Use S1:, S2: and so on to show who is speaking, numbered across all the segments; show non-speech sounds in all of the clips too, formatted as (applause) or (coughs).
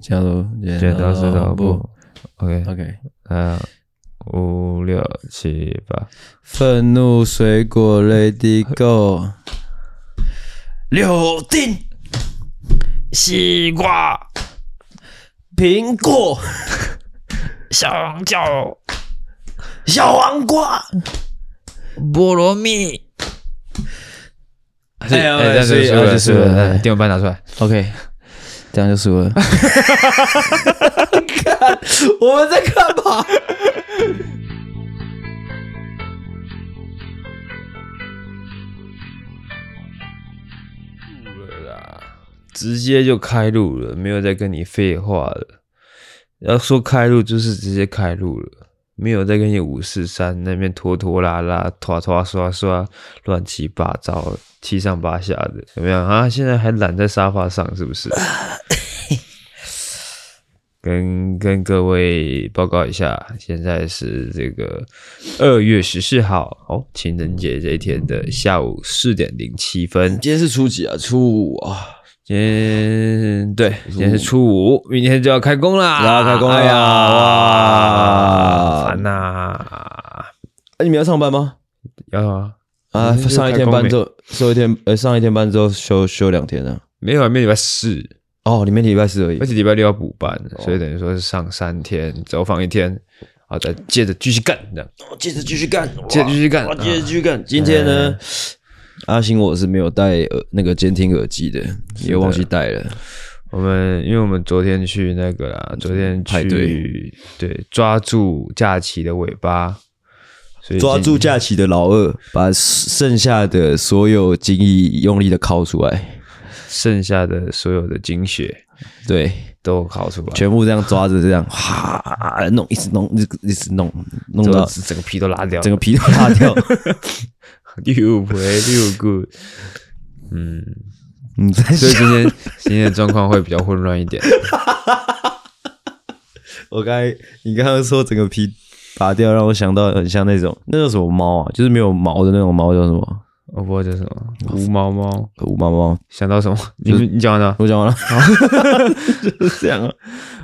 S1: 加入
S2: 剪刀石头布。OK，
S1: 哦 OK，
S2: 那五六七八，
S1: 愤怒水果 Lady Go，柳丁、西瓜、苹果、
S3: 小黄椒、
S1: 小黄瓜。
S3: 菠萝蜜。
S2: 还是
S1: 哎呀
S2: 哎，这样
S1: 所
S2: 就
S1: 以
S2: 输
S1: 啊
S2: 了，
S1: 就
S2: 输
S1: 输了
S2: 了，
S1: 哎
S2: 电蚊拍拿出来。
S1: OK，这样就输
S2: (laughs)
S1: 了。我们在干嘛？
S2: 了啦，直接就开录了，没有再跟你废话了。要说开录就是直接开录了，没有再跟你五四三那边拖拖拉拉、拖拖刷刷、乱七八糟的、七上八下的，怎么样啊？现在还懒在沙发上是不是？跟跟各位报告一下，现在是这个二月十四号哦，情人节这一天的下午四点零七分。
S1: 今天是初几啊？初五啊！
S2: 今天对，今天是初五，明天就要开工啦！
S1: 要开工了
S2: 哎呀，哇
S1: 哇
S2: 烦呐、
S1: 哎，你们要上班吗？
S2: 要啊，
S1: 啊，
S2: 嗯
S1: 上一天班之后，上一天呃，上一天班之后休休两天啊。
S2: 没有啊，明天礼拜四，
S1: 哦，你们礼拜四而已
S2: 而。且礼拜六要补班，
S1: 哦
S2: 所以等于说是上三天，走访一天，好，再接着继续干，这样
S1: 接哦着继续干，
S2: 接着继续干。
S1: 我接着继续干。今天呢，阿星我是没有戴耳那个监听耳机的，也忘记戴了。
S2: 我们因为我们昨天去那个啦，
S1: 嗯
S2: 昨天
S1: 派
S2: 去对抓住假期的尾巴，所以
S1: 抓
S2: 今
S1: 住假期的老二，把剩下的所有精力用力的拷出来，
S2: 剩下的所有的精血
S1: 对，
S2: 都考出来，
S1: 全部这样抓着，这样 (laughs) 哈弄，一直弄，一直一直弄，弄
S2: 整
S1: 到
S2: 个整个皮都拉掉，
S1: 整个皮都拉
S2: (laughs)
S1: 掉。 (laughs)
S2: 六回六顾。嗯，
S1: 你在
S2: (laughs) 所以今天今天的状况会比较混乱一点。
S1: 我刚才你刚刚说整个皮拔掉，让我想到很像那种那叫什么猫啊，就是没有毛的那种猫叫什么？
S2: 我不知道叫什么无毛猫，
S1: 五毛猫。
S2: 想到什么？ (laughs) 你
S1: 嗯
S2: 你讲完了
S1: 我讲完了，就是这样啊。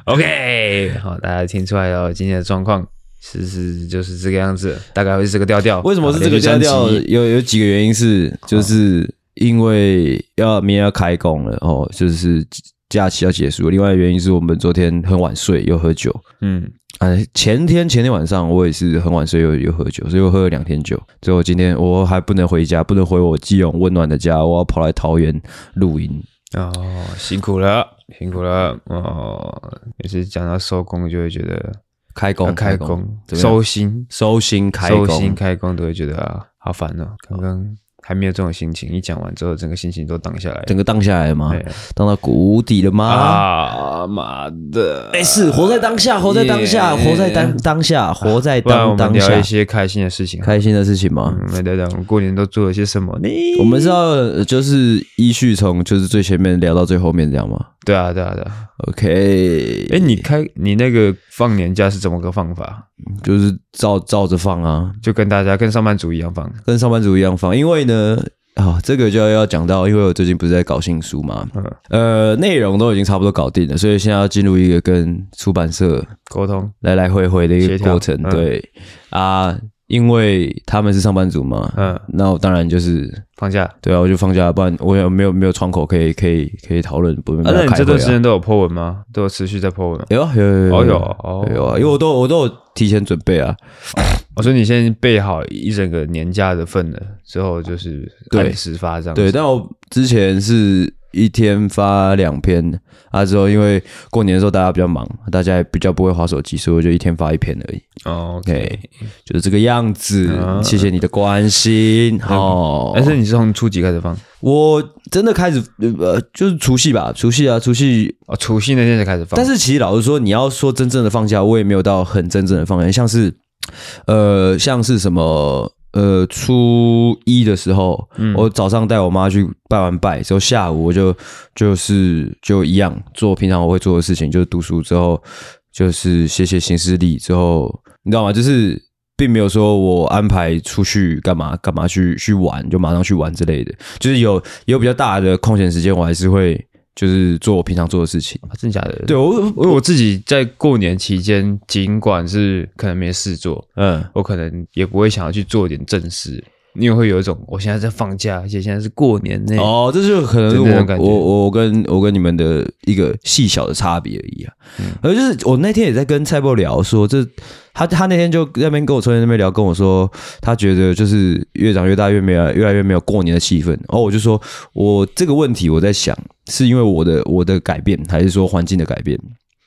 S2: ？OK，好，大家听出来了，今天的状况是是就是这个样子，大概会是这个调调。
S1: 为什么是这个调
S2: 好连续
S1: 调？
S2: 三集
S1: 有有几个原因是，就是因为要明天要开工了哦，就是假期要结束。另外的原因是我们昨天很晚睡，又喝酒。
S2: 嗯，
S1: 呃，前天前天晚上我也是很晚睡，又又喝酒，所以我喝了两天酒。最后今天我还不能回家，不能回我基隆温暖的家，我要跑来桃园露营。
S2: 哦，辛苦了，辛苦了哦。也是讲到收工就会觉得
S1: 开
S2: 要
S1: 工，
S2: 啊开
S1: 工
S2: 工，
S1: 怎么样
S2: 收心，
S1: 收心开
S2: 收
S1: 工，
S2: 心开工都会觉得啊，好烦哦。刚刚还没有这种心情，一讲完之后，整个心情都荡下来了。
S1: 整个荡下来了吗
S2: 哎？
S1: 荡到谷底了吗？
S2: 啊妈的！
S1: 没事，活在当下，活在当下，
S2: 耶
S1: 活在当当下，活在
S2: 不然我
S1: 当
S2: 们
S1: 当
S2: 聊
S1: 下
S2: 一，些开心的事情。
S1: 开心的事情嘛
S2: 嗯。我们聊聊我们过年都做了些什么呢？
S1: 我们是要呃就是依序从就是最前面聊到最后面这样吗
S2: 对啊，对啊，对啊。
S1: ？OK，
S2: 哎，你开你那个放年假是怎么个放法？
S1: 就是照照着放啊，
S2: 就跟大家跟上班族一样放。
S1: 跟上班族一样放，因为呢。啊、这个就要要讲到，因为我最近不是在搞新书嘛，
S2: 嗯，
S1: 呃，内容都已经差不多搞定了，所以现在要进入一个跟出版社
S2: 沟通。
S1: 来来回回的一
S2: 协
S1: 个
S2: 调
S1: 过程。
S2: 嗯
S1: 对啊，因为他们是上班族嘛，
S2: 嗯，
S1: 那我当然就是
S2: 放假。啊，
S1: 对啊，我就放假，不然我也没有没有窗口可以可以可以讨论，不能、
S2: 那你
S1: 开会
S2: 这段时
S1: 啊。
S2: 间都有 po 文吗？都有持续在 po 文吗？
S1: 有啊有有
S2: 哦有
S1: 有
S2: 哦
S1: 有啊，因为我都我都有提前准备啊，
S2: 我说你先备好一整个年假的份了，之后就是
S1: 对
S2: 按时发这样子。
S1: 对，但我之前是一天发两篇啊，之后因为过年的时候大家比较忙，大家也比较不会划手机，所以我就一天发一篇而已，
S2: 哦，OK
S1: OK。就是这个样子。
S2: 啊嗯
S1: 谢谢你的关心哦，
S2: 但是你是从初几开始放？
S1: 我真的开始呃，就是除夕吧，除夕啊，除夕。
S2: 哦，除夕那天才开始放。
S1: 但是其实老实说，你要说真正的放假，我也没有到很真正的放假，像是呃，像是什么呃，初一的时候，我早上带我妈去拜完拜之后，下午我就就是就一样做平常我会做的事情，就是读书之后，就是写写行事历之后，你知道吗？就是。并没有说我安排出去干嘛干嘛去去玩，就马上去玩之类的。就是有有比较大的空闲时间，我还是会就是做我平常做的事情。
S2: 啊真假的？
S1: 对，我，
S2: 因为我自己在过年期间，尽管是可能没事做，
S1: 嗯，
S2: 我可能也不会想要去做点正事，因为会有一种我现在在放假，而且现在是过年内。
S1: 哦，这就可能是
S2: 真的有
S1: 我
S2: 感觉
S1: 我我跟我跟你们的一个细小的差别而已啊。
S2: 嗯
S1: 而就是我那天也在跟蔡伯聊说，这他他那天就在那边跟我抽烟那边聊，跟我说他觉得就是越长越大越没有越来越没有过年的气氛。然后我就说我这个问题我在想，是因为我的我的改变，还是说环境的改变？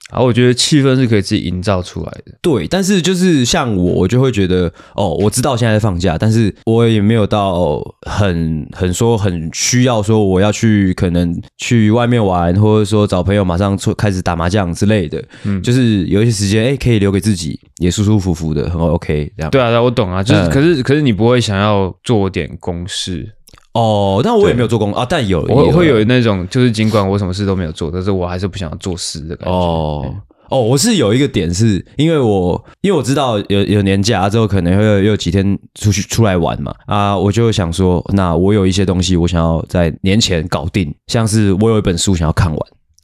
S2: 然后我觉得气氛是可以自己营造出来的。
S1: 对，但是就是像我，我就会觉得哦，我知道现在在放假，但是我也没有到很很说很需要说我要去可能去外面玩，或者说找朋友马上出开始打麻将之类的。嗯，就是有一些时间哎、可以留给自己，也舒舒服服的，很 OK 这样。
S2: 对啊，对啊我懂啊，就是、
S1: 嗯
S2: 可是可是你不会想要做点公事，
S1: 哦，但我也没有做工啊，但有
S2: 我会
S1: 也
S2: 会有那种就是尽管我什么事都没有做，但是我还是不想要做事的感觉。
S1: 哦。哦，我是有一个点是，因为我因为我知道有有年假之后可能会有有几天出去出来玩嘛，啊，我就想说，那我有一些东西我想要在年前搞定，像是我有一本书想要看完，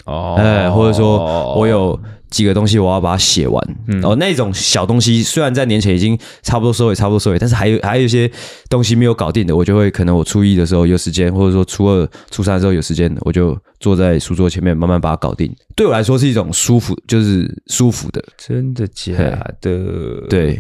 S2: 哦
S1: 哎、或者说我有几个东西我要把它写完，哦，那种小东西虽然在年前已经差不多收尾，差不多收尾，但是还有还有一些东西没有搞定的，我就会可能我初一的时候有时间，或者说初二、初三的时候有时间，我就坐在书桌前面慢慢把它搞定。对我来说是一种舒服，就是舒服的，
S2: 真的假的？
S1: 对，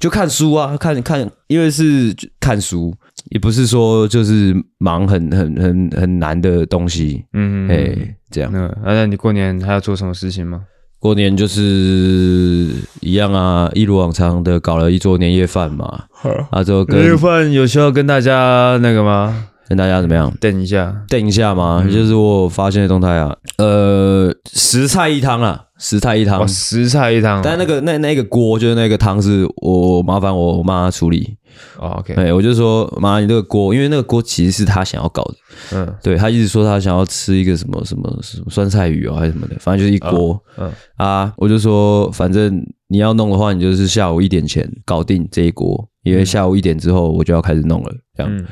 S1: 就看书啊，看看，因为是看书，也不是说就是忙很很很很难的东西，
S2: 嗯，嗯，
S1: 哎、
S2: 嗯
S1: 这样。
S2: 那那那你过年还要做什么事情吗？
S1: 过年就是一样啊，一如往常的搞了一桌年夜饭嘛，啊，之后
S2: 年夜
S1: 跟
S2: 饭有需要跟大家那个吗？
S1: 跟大家怎么样？
S2: 等一下，
S1: 等一下嘛，
S2: 嗯
S1: 就是我发现的动态啊，呃，十菜一汤啊，十菜一汤
S2: 哇，，十菜一汤哦。
S1: 但那个那那个锅就是那个汤是我麻烦我妈处理，
S2: 哦，OK，
S1: 哎，我就说妈，你这个锅，因为那个锅其实是她想要搞的，
S2: 嗯
S1: 对她一直说她想要吃一个什么什么什么酸菜鱼哦还是什么的，反正就是一锅，
S2: 嗯，
S1: 啊，我就说，反正你要弄的话，你就是下午一点前搞定这一锅，因为下午一点之后我就要开始弄了，这样、
S2: 嗯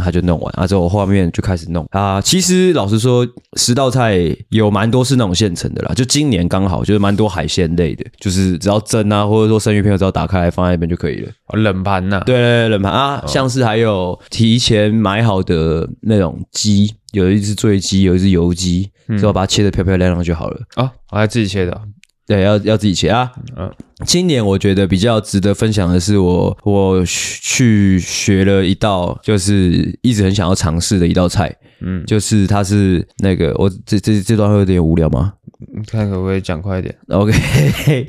S1: 他就弄完，啊之后我后面就开始弄啊。其实老实说，十道菜有蛮多是那种现成的啦，就今年刚好就是蛮多海鲜类的，就是只要蒸啊，或者说生鱼片，只要打开来放在那边就可以了。
S2: 哦冷盘呐。
S1: 对对对，冷盘
S2: 哦
S1: 啊，像是还有提前买好的那种鸡，有一只醉鸡，有一只油鸡，
S2: 嗯
S1: 只要把它切的漂漂亮亮就好了。
S2: 哦，我还自己切的哦。
S1: 对，要要自己切啊。
S2: 嗯
S1: 今年我觉得比较值得分享的是我，我去学了一道，就是一直很想要尝试的一道菜，
S2: 嗯，
S1: 就是它是那个我这这这段会有点无聊吗
S2: 你看可不可以讲快一点？
S1: ？OK，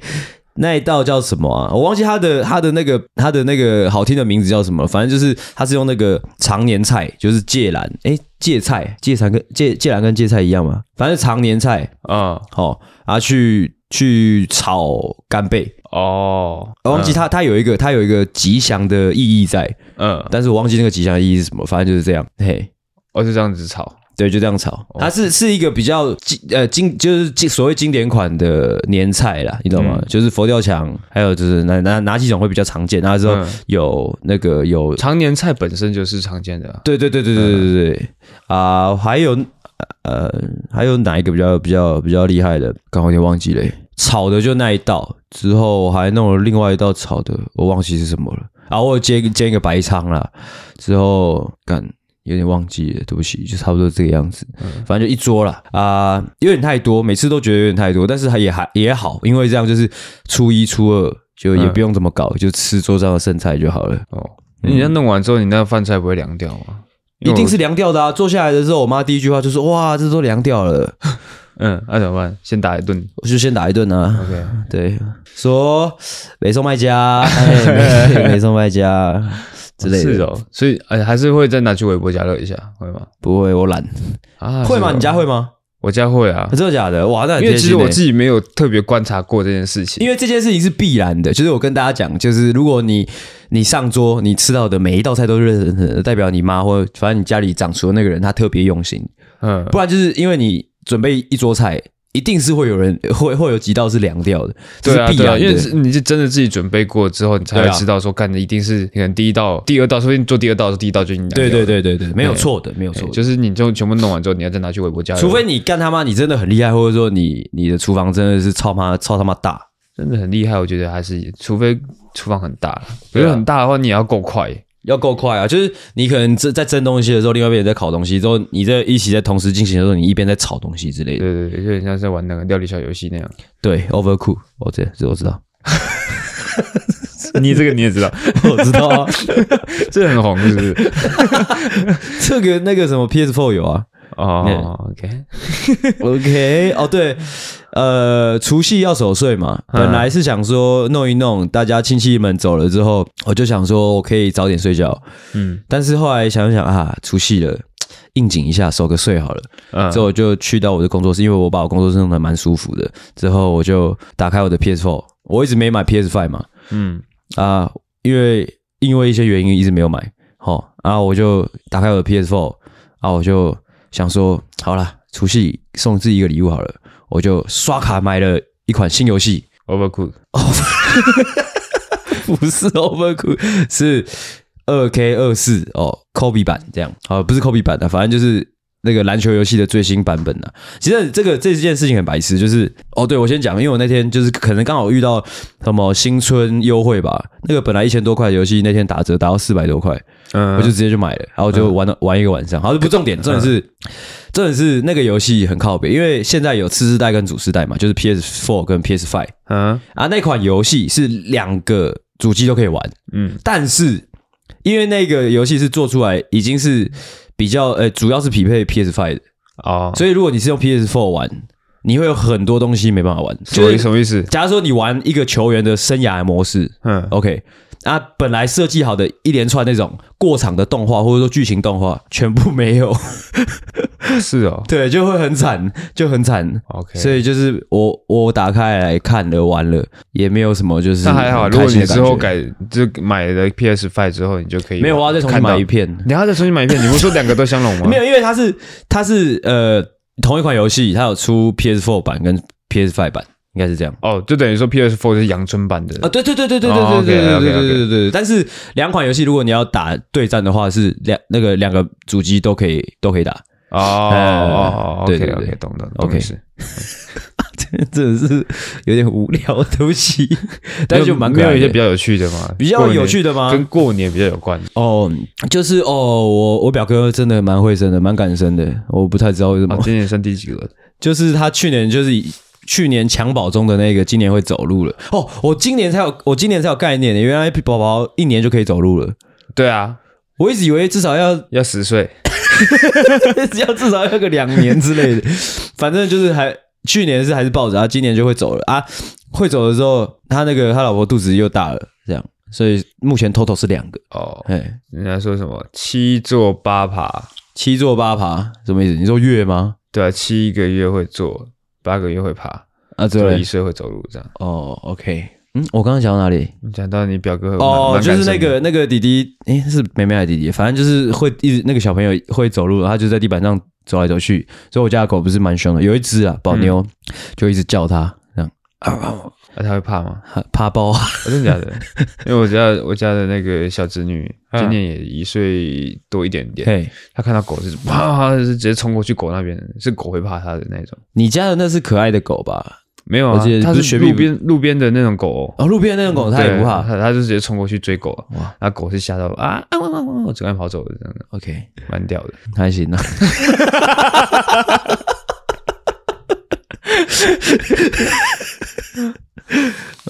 S1: 那 (laughs) 一道叫什么啊？我忘记它的它的那个它的那个好听的名字叫什么了，反正就是它是用那个常年菜，就是芥兰，诶，芥菜、芥菜跟芥芥兰跟芥菜一样吗？反正常年菜，
S2: 啊，
S1: 好、哦，然后去去炒干贝。
S2: 哦，
S1: 我忘记它它有一个它有一个吉祥的意义在，
S2: 嗯，
S1: 但是我忘记那个吉祥的意义是什么，反正就是这样。嘿，
S2: 哦，就这样子炒。
S1: 对，就这样炒。
S2: 哦
S1: 它是是一个比较经呃经就是经所谓经典款的年菜啦，你懂吗？
S2: 嗯
S1: 就是佛跳墙，还有就是哪哪哪几种会比较常见？然后之后
S2: 嗯
S1: 有那个有，
S2: 常年菜本身就是常见的啊。
S1: 对对对对对对对对啊、还有呃还有哪一个比较比较比较厉害的？刚好有点忘记了、炒的就那一道，之后还弄了另外一道炒的，我忘记是什么了。啊，我有煎煎一个白汤啦，之后干有点忘记了，对不起，就差不多这个样子。反正就一桌啦，啊、有点太多，每次都觉得有点太多，但是还也还也好，因为这样就是初一初二就也
S2: 嗯
S1: 不用这么搞，就吃桌上的剩菜就好了。
S2: 哦，你那弄完之后，你那个饭菜不会凉掉吗？
S1: 嗯
S2: 因
S1: 一
S2: 为
S1: 定
S2: 我
S1: 是凉掉的啊！坐下来的时候，我妈第一句话就说：“哇，这都凉掉了。
S2: 嗯，那怎么办？先打一
S1: (laughs)
S2: 顿。”哦
S1: 我就先打一顿啊。
S2: OK，
S1: 对，说北宋卖
S2: (laughs)
S1: 家，哎北北宋卖家之类
S2: 哦是
S1: 的，
S2: 哦，所以哎，还是会再拿去微波加热一下，会吗？
S1: 不会，我懒。
S2: 啊，
S1: 会吗？
S2: 是哦
S1: 你家？会吗？
S2: 我家会啊
S1: 啊，真的假的？哇，那很
S2: 因为
S1: 贴
S2: 其实
S1: 心
S2: 我
S1: 欸
S2: 自己没有特别观察过这件事情。
S1: 因为这件事情是必然的，就是我跟大家讲，就是如果你你上桌你吃到的每一道菜都是热腾腾的，代表你妈或反正你家里长厨的那个人他特别用心，
S2: 嗯
S1: 不然就是因为你准备一桌菜，一定是会有人会会有几道是凉掉的，这
S2: 对啊，
S1: 是必
S2: 对
S1: 然
S2: 啊，
S1: 的。
S2: 因为是你是真的自己准备过之后，你才
S1: 对
S2: 会
S1: 啊
S2: 知道说，干的一定是可能第一道、第二道，说不定做第二道的时候，第一道就已经
S1: 对
S2: 凉掉
S1: 对
S2: 了，
S1: 对对对，没有错的，没有错
S2: 对
S1: 的。
S2: 就是你就全部弄完之后，你要再拿去微波加热，
S1: 除非你干他妈，你真的很厉害，或者说你你的厨房真的是超 (laughs) 妈超他妈大，
S2: 真的很厉害，我觉得还是除非厨房很大，可
S1: 对啊
S2: 是很大的话，你也要够快。
S1: 要够快啊！就是你可能在在蒸东西的时候，另外一边也在烤东西，之后你在一起在同时进行的时候，你一边在炒东西之类的。
S2: 对对对，有点像是玩那个料理小游戏那样。
S1: 对，overcook，我这这我知 (laughs) 道，
S2: 你这个你也知道，
S1: 我知道啊，
S2: (laughs) 这很红是不是？
S1: 这个那个什么 PS4 有啊。
S2: (laughs) 哦，OK，
S1: (laughs) OK，哦对，呃，除夕要守岁嘛，
S2: 嗯
S1: 本来是想说弄一弄，大家亲戚们走了之后，我就想说我可以早点睡觉，
S2: 嗯
S1: 但是后来想一想啊，除夕了，应景一下，守个岁好了。
S2: 嗯，
S1: 之后我就去到我的工作室，因为我把我工作室弄得蛮舒服的。之后我就打开我的 PS4，我一直没买 PS5 嘛，
S2: 嗯
S1: 啊，因为因为一些原因一直没有买，哦，然后我就打开我的 PS4，啊，我就想说，好啦，除夕送自己一个礼物好了，我就刷卡买了一款新游戏，
S2: ，Overcook，
S1: (laughs) 不是 Overcook，是二 K 二四哦，Kobe 版这样，啊，不是 Kobe 版的、反正就是那个篮球游戏的最新版本呐、其实这个这件事情很白痴，就是哦，对我先讲，因为我那天就是可能刚好遇到什么新春优惠吧，那个本来一千多块的游戏，那天打折打到四百多块，
S2: 嗯，
S1: 我就直接就买了，然后就玩了、玩一个晚上。好，这不重点，重点是、重点是那个游戏很靠北，因为现在有次世代跟主世代嘛，就是 PS Four 跟 PS Five
S2: 嗯
S1: 啊，那款游戏是两个主机都可以玩，
S2: 嗯
S1: 但是因为那个游戏是做出来已经是比较呃，主要是匹配 PS Five 的，
S2: 哦，
S1: 所以如果你是用 PS Four 玩，你会有很多东西没办法玩。
S2: 什么
S1: 就是
S2: 意什么意思？
S1: 假如说你玩一个球员的生涯模式
S2: 嗯
S1: ，OK，啊，本来设计好的一连串那种过场的动画或者说剧情动画全部没有， (laughs)
S2: 是 (laughs) 哦
S1: 对，就会很惨，就很惨。
S2: ，OK，
S1: 所以就是我我打开来看了玩了，也没有什么就是
S2: 那还好，
S1: 很
S2: 如
S1: 开
S2: 果
S1: 心
S2: 你
S1: 的感
S2: 之
S1: 觉
S2: 后改就买了 PS Five 之后，你就可以
S1: 没有，我要再重新
S2: 看到
S1: 买一，片。
S2: (laughs) 你还要再重新买一片，你不是说两个都相容吗？
S1: (laughs) 没有，因为它是它是呃同一款游戏，它有出 PS4 版跟 PS5 版，应该是这样。
S2: 哦，就等于说 PS Four 是阳春版的
S1: 啊，对对对对对
S2: 哦
S1: 对对对对
S2: OK，OK，OK
S1: 对对对对。但是两款游戏，如果你要打对战的话，是两那个两个主机都可以都可以打， (laughs)
S2: 哦哦哦
S1: 哎对
S2: ，OK
S1: 对
S2: OK，
S1: 对
S2: 懂懂
S1: OK
S2: 懂意思。
S1: 真的是有点无聊，对不起。但是就蛮可
S2: 没有
S1: 爱
S2: 一些
S1: 的
S2: 比较有趣的嘛，
S1: 比较有趣的吗
S2: 过年跟过年比较有关。
S1: 哦，就是哦，我我表哥真的蛮会生的，蛮敢生的，我不太知道为什么
S2: 啊，。今年生第几个了？
S1: 就是他去年就是以去年襁褓中的那个，今年会走路了。哦，我今年才有，我今年才有概念欸的。原来宝宝一年就可以走路了，
S2: 对啊，
S1: 我一直以为至少要 (laughs)
S2: 要十岁。
S1: 要至少要个两年之类的。反正就是还去年是还是抱着，啊，今年就会走了啊。会走的时候，他那个他老婆肚子又大了，这样，所以目前 total 是两个。
S2: 哦，
S1: 哎，
S2: 人家说什么七坐八爬，
S1: 七坐八爬什么意思？你说月吗？
S2: 对啊，七个月会坐，八个月会爬，
S1: 啊，
S2: 就一
S1: 对，
S2: 岁会走路这样。
S1: 哦，OK，嗯，我刚刚讲到哪里？
S2: 你讲到你表哥
S1: 哦，
S2: 蛮
S1: 就是那，
S2: 蛮感
S1: 个那个弟弟，诶、是妹妹还是弟弟？反正就是会一直那个小朋友会走路，他就在地板上走来走去。所以我家的狗不是蛮凶的，有一只啊
S2: 嗯
S1: 宝妞、就一直叫它，这样
S2: 动的啊他会怕吗？
S1: 它趴包。
S2: 啊真的假的？因为我家我家的那个小侄女今年也一岁多一点点，
S1: (laughs) 嘿，
S2: 她看到狗是哇，就是直接冲过去狗那边，是狗会怕她的那种。
S1: 你家的那是可爱的狗吧？
S2: 没有
S1: 我
S2: 啊
S1: 记得，
S2: 它
S1: 不是雪
S2: 是
S1: 碧
S2: 路边路边的那种狗
S1: 哦，
S2: 哦、
S1: 路边那种狗它也不怕。
S2: 对啊它它就直接冲过去追狗，
S1: 哇
S2: 哇！那狗是吓到啊啊汪汪汪，我整个人跑走了，这样的
S1: OK，
S2: 蛮屌的。
S1: 还行啊。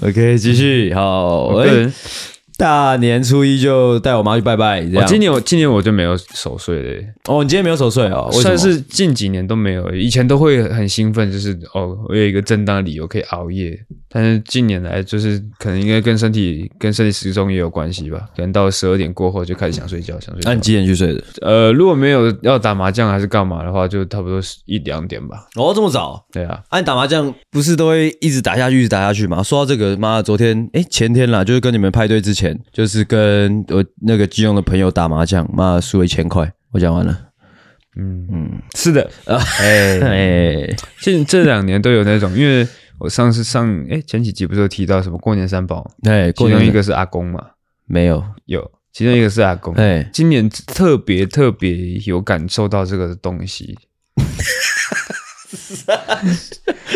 S1: OK，继续好。
S2: 我
S1: 哎
S2: 个人，
S1: 大年初一就带我妈去拜拜，这
S2: 我
S1: 样。
S2: 今年我今年我就没有守岁嘞，
S1: 哦，你今天没有守岁哦？为什么
S2: 算是近几年都没有，以前都会很兴奋，就是哦，我有一个正当的理由可以熬夜。但是近年来，就是可能应该跟身体跟身体时钟也有关系吧，可能到十二点过后就开始想睡觉，想睡
S1: 那你
S2: 觉。
S1: 几点去睡的？
S2: 呃，如果没有要打麻将还是干嘛的话，就差不多是一两点吧。
S1: 哦，这么早？
S2: 对啊，
S1: 按、你打麻将不是都会一直打下去，一直打下去嘛？说到这个，妈的，昨天哎、诶前天啦，就是跟你们派对之前，就是跟我那个基隆的朋友打麻将，妈的输了一千块。我讲完了，
S2: 嗯，
S1: 嗯，
S2: 是的，
S1: (laughs)
S2: 哎，
S1: 哎，
S2: 现这两年都有那种，因为我上次上哎前几集不是有提到什么过年三宝，
S1: 哎，
S2: 其
S1: 过年
S2: 中一
S1: 了
S2: 个是阿公嘛，
S1: 没有，
S2: 有，其中一个是阿公，
S1: 哎，
S2: 今年特别特别有感受到这个东
S1: (laughs)
S2: 西，
S1: 什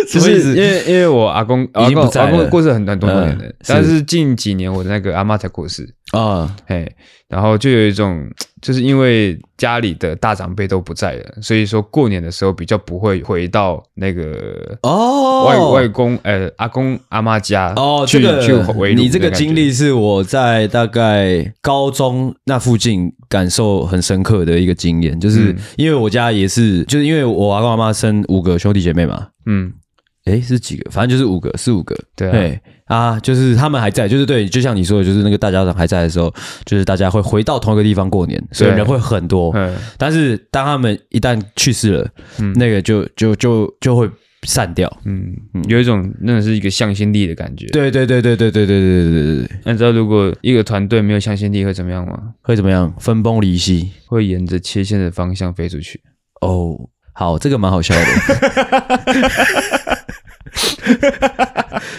S2: 就
S1: 么
S2: 是
S1: 意
S2: 因
S1: 思？
S2: 为因为我阿公
S1: 已
S2: 阿
S1: 经
S2: 公
S1: 不在
S2: 阿
S1: 了
S2: 公过世很很多年了
S1: 嗯，
S2: 但是近几年我的那个阿妈才过世，
S1: 啊，
S2: 嘿，然后就有一种就是因为家里的大长辈都不在了，所以说过年的时候比较不会回到那个
S1: 哦，
S2: 外、外公呃阿公阿妈家
S1: 哦，
S2: 去、
S1: 这个
S2: 去围炉
S1: 你这个
S2: 的感觉
S1: 经历是我在大概高中那附近感受很深刻的一个经验，就是
S2: 嗯
S1: 因为我家也是，就是因为我阿公阿妈生五个兄弟姐妹嘛，
S2: 嗯
S1: 诶，是几个？反正就是五个，是五个。
S2: 对啊
S1: 对啊，就是他们还在，就是对，就像你说的，就是那个大家长还在的时候，就是大家会回到同一个地方过年，所以
S2: 对
S1: 人会很多。
S2: 嗯
S1: 但是当他们一旦去世了，
S2: 嗯
S1: 那个就就就就会散掉。
S2: 嗯有一种那是一个向心力的感觉。
S1: 对对对对对对对对对对对，
S2: 那你知道如果一个团队没有向心力会怎么样吗？
S1: 会怎么样？分崩离析。
S2: 会沿着切线的方向飞出去。
S1: 哦，好，这个蛮好笑的。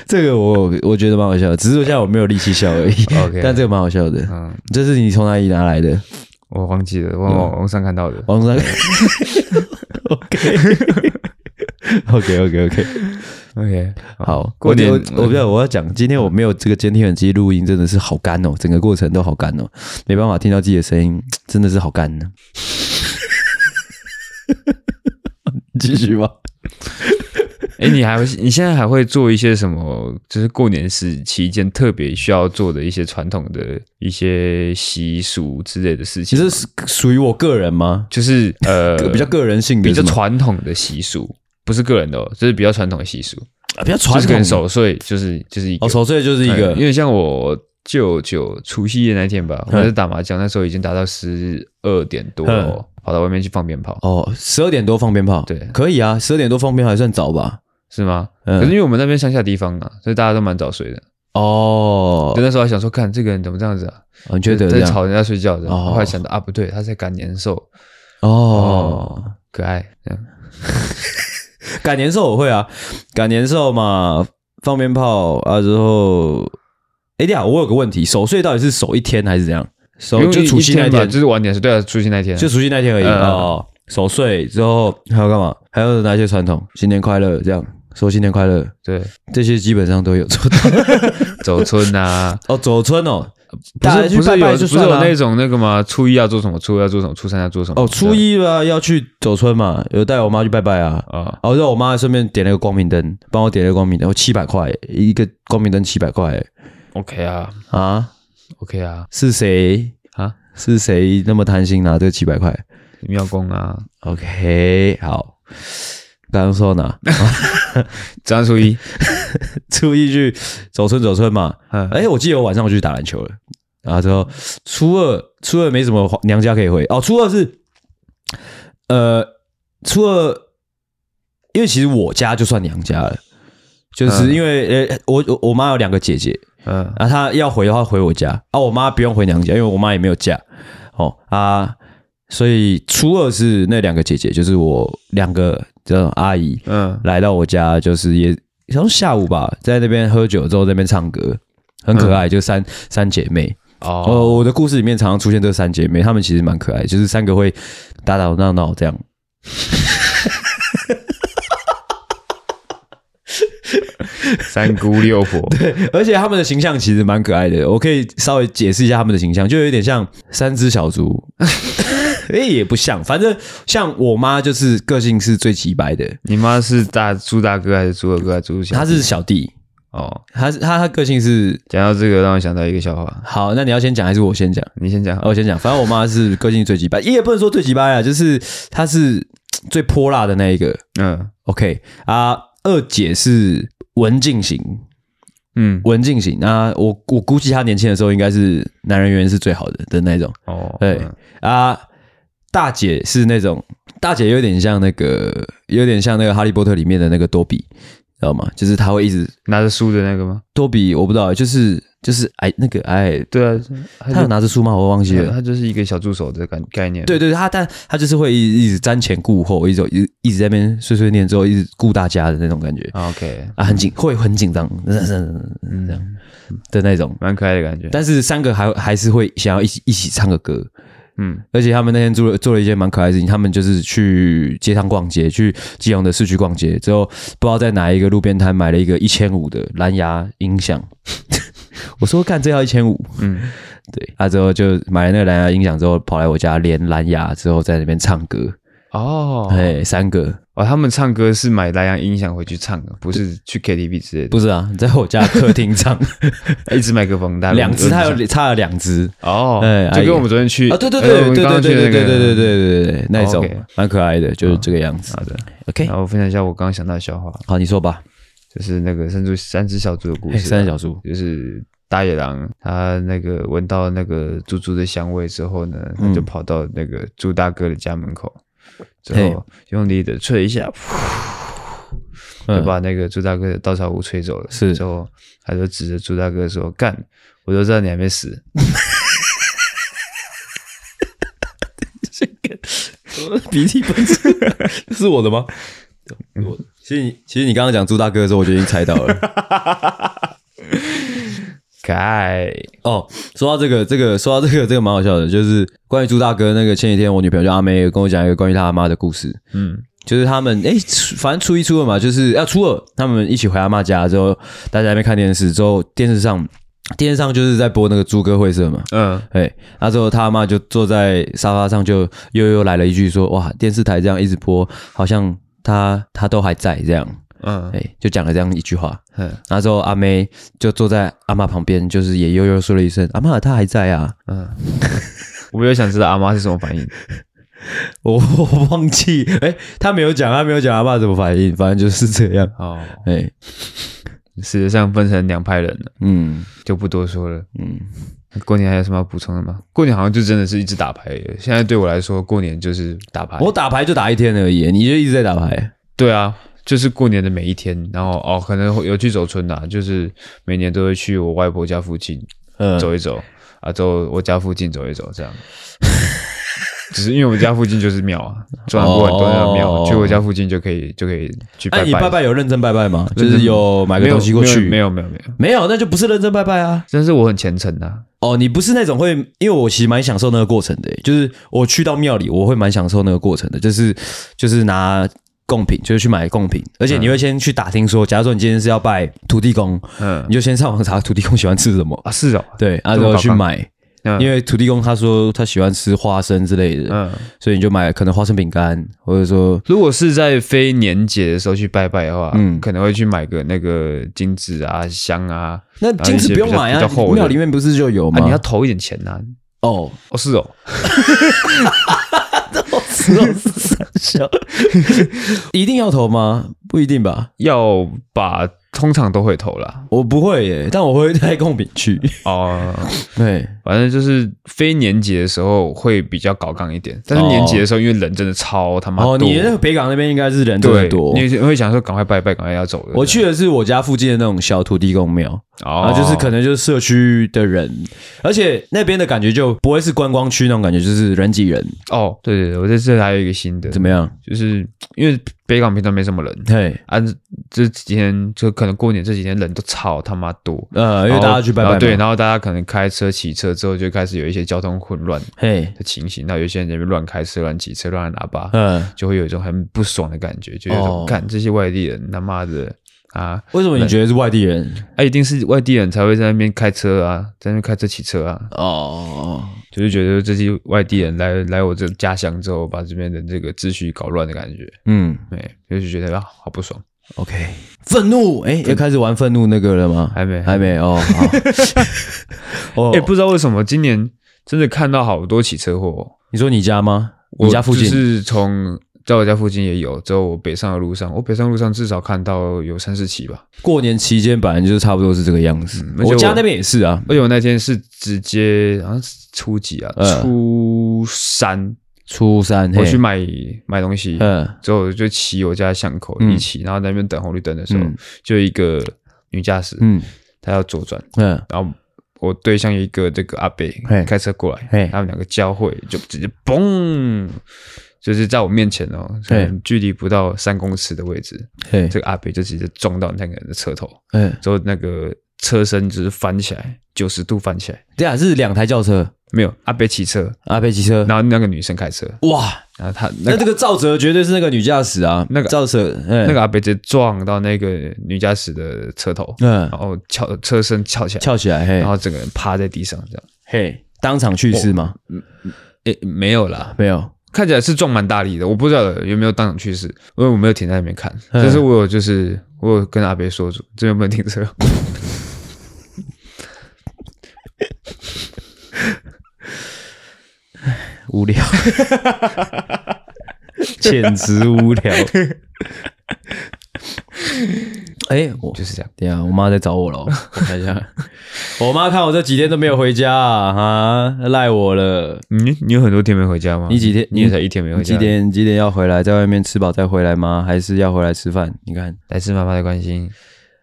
S1: 这个我我觉得蛮好笑的，只是现在我没有力气笑而已。
S2: OK
S1: 但这个蛮好笑的。
S2: 嗯，
S1: 这是你从哪里拿来的？
S2: 我忘记了，我
S1: 嗯
S2: 网网上看到的。
S1: 网上？OK OK OK OK，
S2: OK，
S1: 好。
S2: 过年
S1: 我我我不要我要讲，今天我没有这个监听耳机录音，真的是好干哦，整个过程都好干哦，没办法听到自己的声音，真的是好干
S2: (laughs)
S1: 呢、继续吧。
S2: 哎，你还会你现在还会做一些什么？就是过年时期间特别需要做的一些传统的一些习俗之类的事
S1: 其
S2: 情吗。
S1: 实是属于我个人吗？
S2: 就是呃
S1: 比较个人性的
S2: 比
S1: 是
S2: 较
S1: 吗，
S2: 传统的习俗，不是个人的，哦，就是比较传统的习俗，
S1: 啊比较
S2: 就
S1: 传
S2: 是
S1: 统
S2: 跟
S1: 的。
S2: 守岁就是就是一个
S1: 哦，守岁就是一
S2: 哎
S1: 个，
S2: 因为像我舅舅除夕夜那天吧，我
S1: 嗯
S2: 们在打麻将，那时候已经打到十二点多了哦，跑到外面去放鞭炮，
S1: 嗯哦，十二点多放鞭炮，
S2: 对
S1: 可以啊，十二点多放鞭炮还算早吧？
S2: 是吗？
S1: 嗯
S2: 可是因为我们那边乡下地方啊，所以大家都蛮早睡的。
S1: 哦
S2: 就，那时候还想说，看这个人怎么这样子啊？
S1: 哦你觉得这
S2: 在
S1: 样？
S2: 吵人家睡觉的。
S1: 哦
S2: 后来想到啊，不对，他在赶年兽，
S1: 哦，
S2: 可爱。这样
S1: 赶年兽我会啊，赶年兽嘛，放鞭炮啊，之后，哎、等一下我有个问题，守岁到底是守一天还是怎样？守
S2: 因为
S1: 就
S2: 一
S1: 除夕那
S2: 一吧
S1: 天，
S2: 就是晚点睡，对啊，除夕那天啊
S1: 就除夕那天而已、
S2: 嗯
S1: 哦。守岁之后还要干嘛？还有哪些传统？新年快乐，这样说新年快乐，
S2: 对，
S1: 这些基本上都有
S2: (laughs)
S1: 做到。
S2: 走
S1: (laughs)
S2: 村啊，
S1: 哦，走村哦，
S2: 不
S1: 大家
S2: 是
S1: 去
S2: 不
S1: 拜
S2: 是有
S1: 拜
S2: 不
S1: 就是算
S2: 有
S1: 了啊。
S2: 那种那个吗？初一要做什么？初二要做什么？初三要做什么？
S1: 哦，初一啊要去走村嘛，有带我妈去拜拜啊。
S2: 啊，
S1: 然后让我妈顺便点了个光明灯，帮我点了个光明灯，我哦七百块一个光明灯七百块耶
S2: OK 啊
S1: 啊！
S2: ，OK 啊，
S1: 是谁
S2: 啊，
S1: 是谁那么贪心拿这七百块
S2: 庙公啊，
S1: ？OK，好，刚刚说到
S2: (laughs)
S1: 哪？
S2: 正初一，
S1: 初一去走村走村嘛。
S2: 嗯，
S1: 哎、我记得我晚上我就去打篮球了。然后之后初二初二没什么娘家可以回哦，初二是呃初二，因为其实我家就算娘家了。就是
S2: 嗯
S1: 因为呃、我我我妈有两个姐姐，
S2: 嗯，
S1: 啊，她要回的话回我家啊，我妈不用回娘家，因为我妈也没有嫁哦啊，所以初二是那两个姐姐，就是我两个这种阿姨
S2: 嗯，
S1: 来到我家，就是也然后下午吧，在那边喝酒之后，在那边唱歌，很可爱，就三三姐妹。哦，
S2: 哦，
S1: 我的故事里面常常出现这三姐妹，她们其实蛮可爱，就是三个会打打闹闹这样。
S2: 三姑六婆，
S1: 而且他们的形象其实蛮可爱的，我可以稍微解释一下他们的形象，就有点像三只小猪，哎、也不像，反正像我妈就是个性是最直白的，
S2: 你妈是大猪大哥还是猪二哥还是猪小？
S1: 她是小弟，
S2: 哦，
S1: 她是她她个性是
S2: 讲到这个让我想到一个笑话，
S1: 好，那你要先讲还是我先讲？
S2: 你先讲
S1: 啊，我先讲，反正我妈是个性最急掰，也不能说最急掰啊，就是她是最泼辣的那一个。
S2: 嗯
S1: OK 啊，二姐是文静型，
S2: 嗯，
S1: 文静型。那我我估计她年轻的时候应该是男人缘是最好的的那种。
S2: 哦，
S1: 对
S2: 嗯
S1: 啊，大姐是那种大姐有点像那个，有点像那个《哈利波特》里面的那个多比，知道吗？就是她会一直
S2: 拿着书的那个吗？
S1: 多比，我不知道，就是就是哎那个哎，
S2: 对啊，他
S1: 他有
S2: 就
S1: 拿着书吗？我忘记了。
S2: 他就是一个小助手的概概念。
S1: 对对，他但他就是会一一直瞻前顾后，一直一一直在那边碎碎念之后，一直顾大家的那种感觉
S2: 啊，OK，
S1: 啊，很紧，会很紧张， (laughs) 这样的那种。
S2: 蛮可爱的感觉。
S1: 但是三个还还是会想要一起一起唱个歌，
S2: 嗯，
S1: 而且他们那天做了做了一件蛮可爱的事情，他们就是去街上逛街，去基隆的市区逛街之后，不知道在哪一个路边摊买了一个一千五的蓝牙音响。 (laughs) 我说干，这要一千五，嗯
S2: 嗯，
S1: 对，啊之后就买了那个蓝牙音响之后，跑来我家连蓝牙之后在那边唱歌，
S2: 哦，
S1: 哎、三个
S2: 哦，他们唱歌是买蓝牙音响回去唱的，不是去 KTV 之类的，
S1: 不是啊，在我家客厅
S2: (laughs)
S1: 唱
S2: 一支麦克风，大家
S1: 两只，
S2: 轮
S1: 他
S2: 轮着
S1: 有差了两只
S2: 唱哦，
S1: 哎
S2: 就
S1: 哎
S2: 跟我们昨天去
S1: 啊，对对
S2: 哎
S1: 对
S2: 我
S1: 对
S2: 们
S1: 对对
S2: 刚刚去
S1: 对对
S2: 的那
S1: 对
S2: 个哦
S1: 对对对，那一种
S2: OK
S1: 蛮可爱的，就是这个样子。
S2: 好的，
S1: OK，
S2: 然后我分享一下我刚刚想到的笑话，
S1: 好，你说吧。
S2: 就是那个三只三只小猪的故
S1: 嘿
S2: 事啊，
S1: 三只小猪
S2: 就是大野狼，他那个闻到那个猪猪的香味之后呢，他就跑到那个猪大哥的家门口，之
S1: 嘿
S2: 后用力的吹一下，
S1: 嗯
S2: 就把那个朱大哥的稻草屋吹走了。
S1: 是
S2: 之后，他就指着朱大哥说：“干，我都知道你还没死。
S1: 鼻 (laughs) 涕喷出来，这是我的吗？我其实你其实你刚刚讲朱大哥的时候，我就已经猜到 (laughs) 了。”
S2: 该
S1: 哦，说到这个，这个说到这个，这个蛮好笑的，就是关于朱大哥那个。前几天我女朋友叫阿妹有跟我讲一个关于她阿妈的故事，
S2: 嗯，
S1: 就是他们哎，初反正初一初二嘛，就是要、初二，他们一起回阿妈家之后，大家在那边看电视，之后电视上电视上就是在播那个猪哥会社嘛，
S2: 嗯，
S1: 哎，那之后他妈就坐在沙发上，就悠悠来了一句说：“哇，电视台这样一直播，好像他他都还在这样。”
S2: 嗯
S1: 哎，就讲了这样一句话。
S2: 嗯
S1: 那之后阿妹就坐在阿妈旁边，就是也悠悠说了一声：“阿妈，他还在啊。 (laughs)
S2: 嗯，我比较想知道阿妈是什么反应。
S1: 我”我忘记，哎，他没有讲，他没有讲阿妈怎么反应，反正就是这样。 (laughs)
S2: 哦，
S1: 哎，
S2: 世界上分成两派人了，
S1: 嗯
S2: 就不多说了。
S1: 嗯，
S2: 过年还有什么要补充的吗？过年好像就真的是一直打牌而已。现在对我来说，过年就是打牌。
S1: 我打牌就打一天而已，你就一直在打牌。
S2: 对啊，就是过年的每一天，然后哦，可能会有去走村啊，就是每年都会去我外婆家附近
S1: 嗯，
S2: 走一走、啊，走我家附近走一走这样。 (laughs) 只是因为我们家附近就是庙啊，中南部很多那种庙，
S1: 哦
S2: 去我家附近就可以就可以去拜
S1: 哎，
S2: 拜。
S1: 你拜拜有认真拜拜吗？就
S2: 认真
S1: 是有买个
S2: 没有
S1: 东西过去？
S2: 没有没有没有没有，
S1: 没有，那就不是认真拜拜啊。
S2: 但是我很虔诚啊。
S1: 哦，你不是那种会，因为我其实蛮享受那个过程的，欸就是我去到庙里，我会蛮享受那个过程的，就是就是拿贡品，就是去买贡品，而且你会先去打听说，假如说你今天是要拜土地公，
S2: 嗯
S1: 你就先上网查土地公喜欢吃什么，
S2: 啊是哦，
S1: 对，然
S2: 这么
S1: 后
S2: 搞
S1: 去
S2: 纲
S1: 买，
S2: 嗯
S1: 因为土地公他说他喜欢吃花生之类的，
S2: 嗯，
S1: 所以你就买可能花生饼干，或者说
S2: 如果是在非年节的时候去拜拜的话，
S1: 嗯
S2: 可能会去买个那个金纸啊香啊，
S1: 那金子不用买
S2: 比较
S1: 啊
S2: 比较厚，的
S1: 庙里面不是就有
S2: 啊
S1: 吗？
S2: 你要投一点钱呐、
S1: 哦，
S2: 哦是哦，
S1: 是哦，是三小， (laughs) 一定要投吗？不一定吧。
S2: 要把通常都会投啦。
S1: 我不会耶，但我会带贡品
S2: (laughs)
S1: 去。
S2: 哦，
S1: 对，
S2: 反正就是非年节的时候会比较搞杠一点，但是年节的时候，因为人真的超他妈多，
S1: (laughs) 哦，你那个北港那边应该是人真的
S2: 对
S1: 多。
S2: 你会想说赶快拜拜，赶快要走了。
S1: 我去的是我家附近的那种小土地公庙，然
S2: 哦，
S1: 后就是可能就是社区的人，而且那边的感觉就不会是观光区那种感觉，就是人挤人，
S2: 哦，对对对，我这次还有一个新的，
S1: 怎么样？
S2: 就是因为北港平常没什么人
S1: 嘿，
S2: 啊，这几天就可能过年这几天人都超他妈多，
S1: 呃，因为
S2: 然后
S1: 大家去拜
S2: 然
S1: 拜
S2: 后
S1: 嘛，
S2: 哦对，然后大家可能开车、骑车之后就开始有一些交通混乱
S1: 嘿，
S2: 的情形，那有些人在那边乱开车、乱骑车、乱按喇叭，
S1: 嗯，
S2: 就会有一种很不爽的感觉，就有一
S1: 哦
S2: 种干、这些外地人他妈的啊，
S1: 为什么你觉得是外地人？
S2: 啊一定是外地人才会在那边开车啊，在那边开车骑车啊，
S1: 哦，
S2: 就是觉得这些外地人来来我这家乡之后，把这边的这个秩序搞乱的感觉，
S1: 嗯
S2: 对，就是觉得啊好不爽。
S1: ，OK，愤怒，哎，要开始玩愤怒那个了吗？
S2: 还没
S1: 还没哦，好
S2: (laughs)
S1: 哦
S2: 哎、，不知道为什么今年真的看到好多起车祸、哦。
S1: 你说你家吗？
S2: 我
S1: 你家附
S2: 就
S1: 近？
S2: 是从在我家附近也有，之后我北上的路上，我北上路上至少看到有三四起吧。
S1: 过年期间本来就是差不多是这个样子，
S2: 嗯而且
S1: 我
S2: 我
S1: 家那边也是啊，
S2: 而且我那天是直接好像是初几啊，
S1: 嗯
S2: 初三，
S1: 初三
S2: 我
S1: 嘿
S2: 去买买东西，
S1: 嗯
S2: 之后我就骑我家巷口
S1: 嗯
S2: 一起，然后在那边等红绿灯的时候
S1: 嗯，
S2: 就一个女驾驶，
S1: 嗯
S2: 她要左转，
S1: 嗯
S2: 然后我对象一个这个阿伯
S1: 嘿
S2: 开车过
S1: 嘿
S2: 来，他们两个交汇就直接嘣，就是在我面前哦，可能距离不到三公尺的位置，
S1: 嘿，
S2: 这个阿伯就直接撞到那个人的车头，
S1: 嗯，
S2: 之后那个车身只是翻起来九十度翻起来，
S1: 对啊，是两台轿车，
S2: 没有阿伯骑车，
S1: 阿贝骑车，
S2: 然后那个女生开车，
S1: 哇，
S2: 然后他
S1: 那
S2: 那个
S1: 这个赵哲绝对是那个女驾驶啊，
S2: 那个
S1: 赵哲，那
S2: 那个阿伯直接撞到那个女驾驶的车头，
S1: 嗯
S2: 然后翘车身翘起来，
S1: 翘起来，
S2: 然
S1: 嘿，
S2: 后整个人趴在地上这样。
S1: 嘿，当场去世吗？
S2: 诶，没有啦，
S1: 没有，
S2: 嗯看起来是撞蛮大力的，我不知道有没有当场去世，因为我没有停在那边看。
S1: 嗯
S2: 但是我有就是我有跟阿伯说，这边不能停车。
S1: 无聊， (laughs) 简直无聊。
S2: (laughs)
S1: 哎，我
S2: 就是这样。
S1: 等一下，我妈在找我了，
S2: (laughs)
S1: 我看一下。我妈看我这几天都没有回家啊，啊赖我了。
S2: 你你有很多天没回家吗？
S1: 嗯你几天？
S2: 你也才一天没回
S1: 你
S2: 家。
S1: 几？点？你几点要回来？在外面吃饱再回来吗？还是要回来吃饭？你看
S2: 来自妈妈的关心。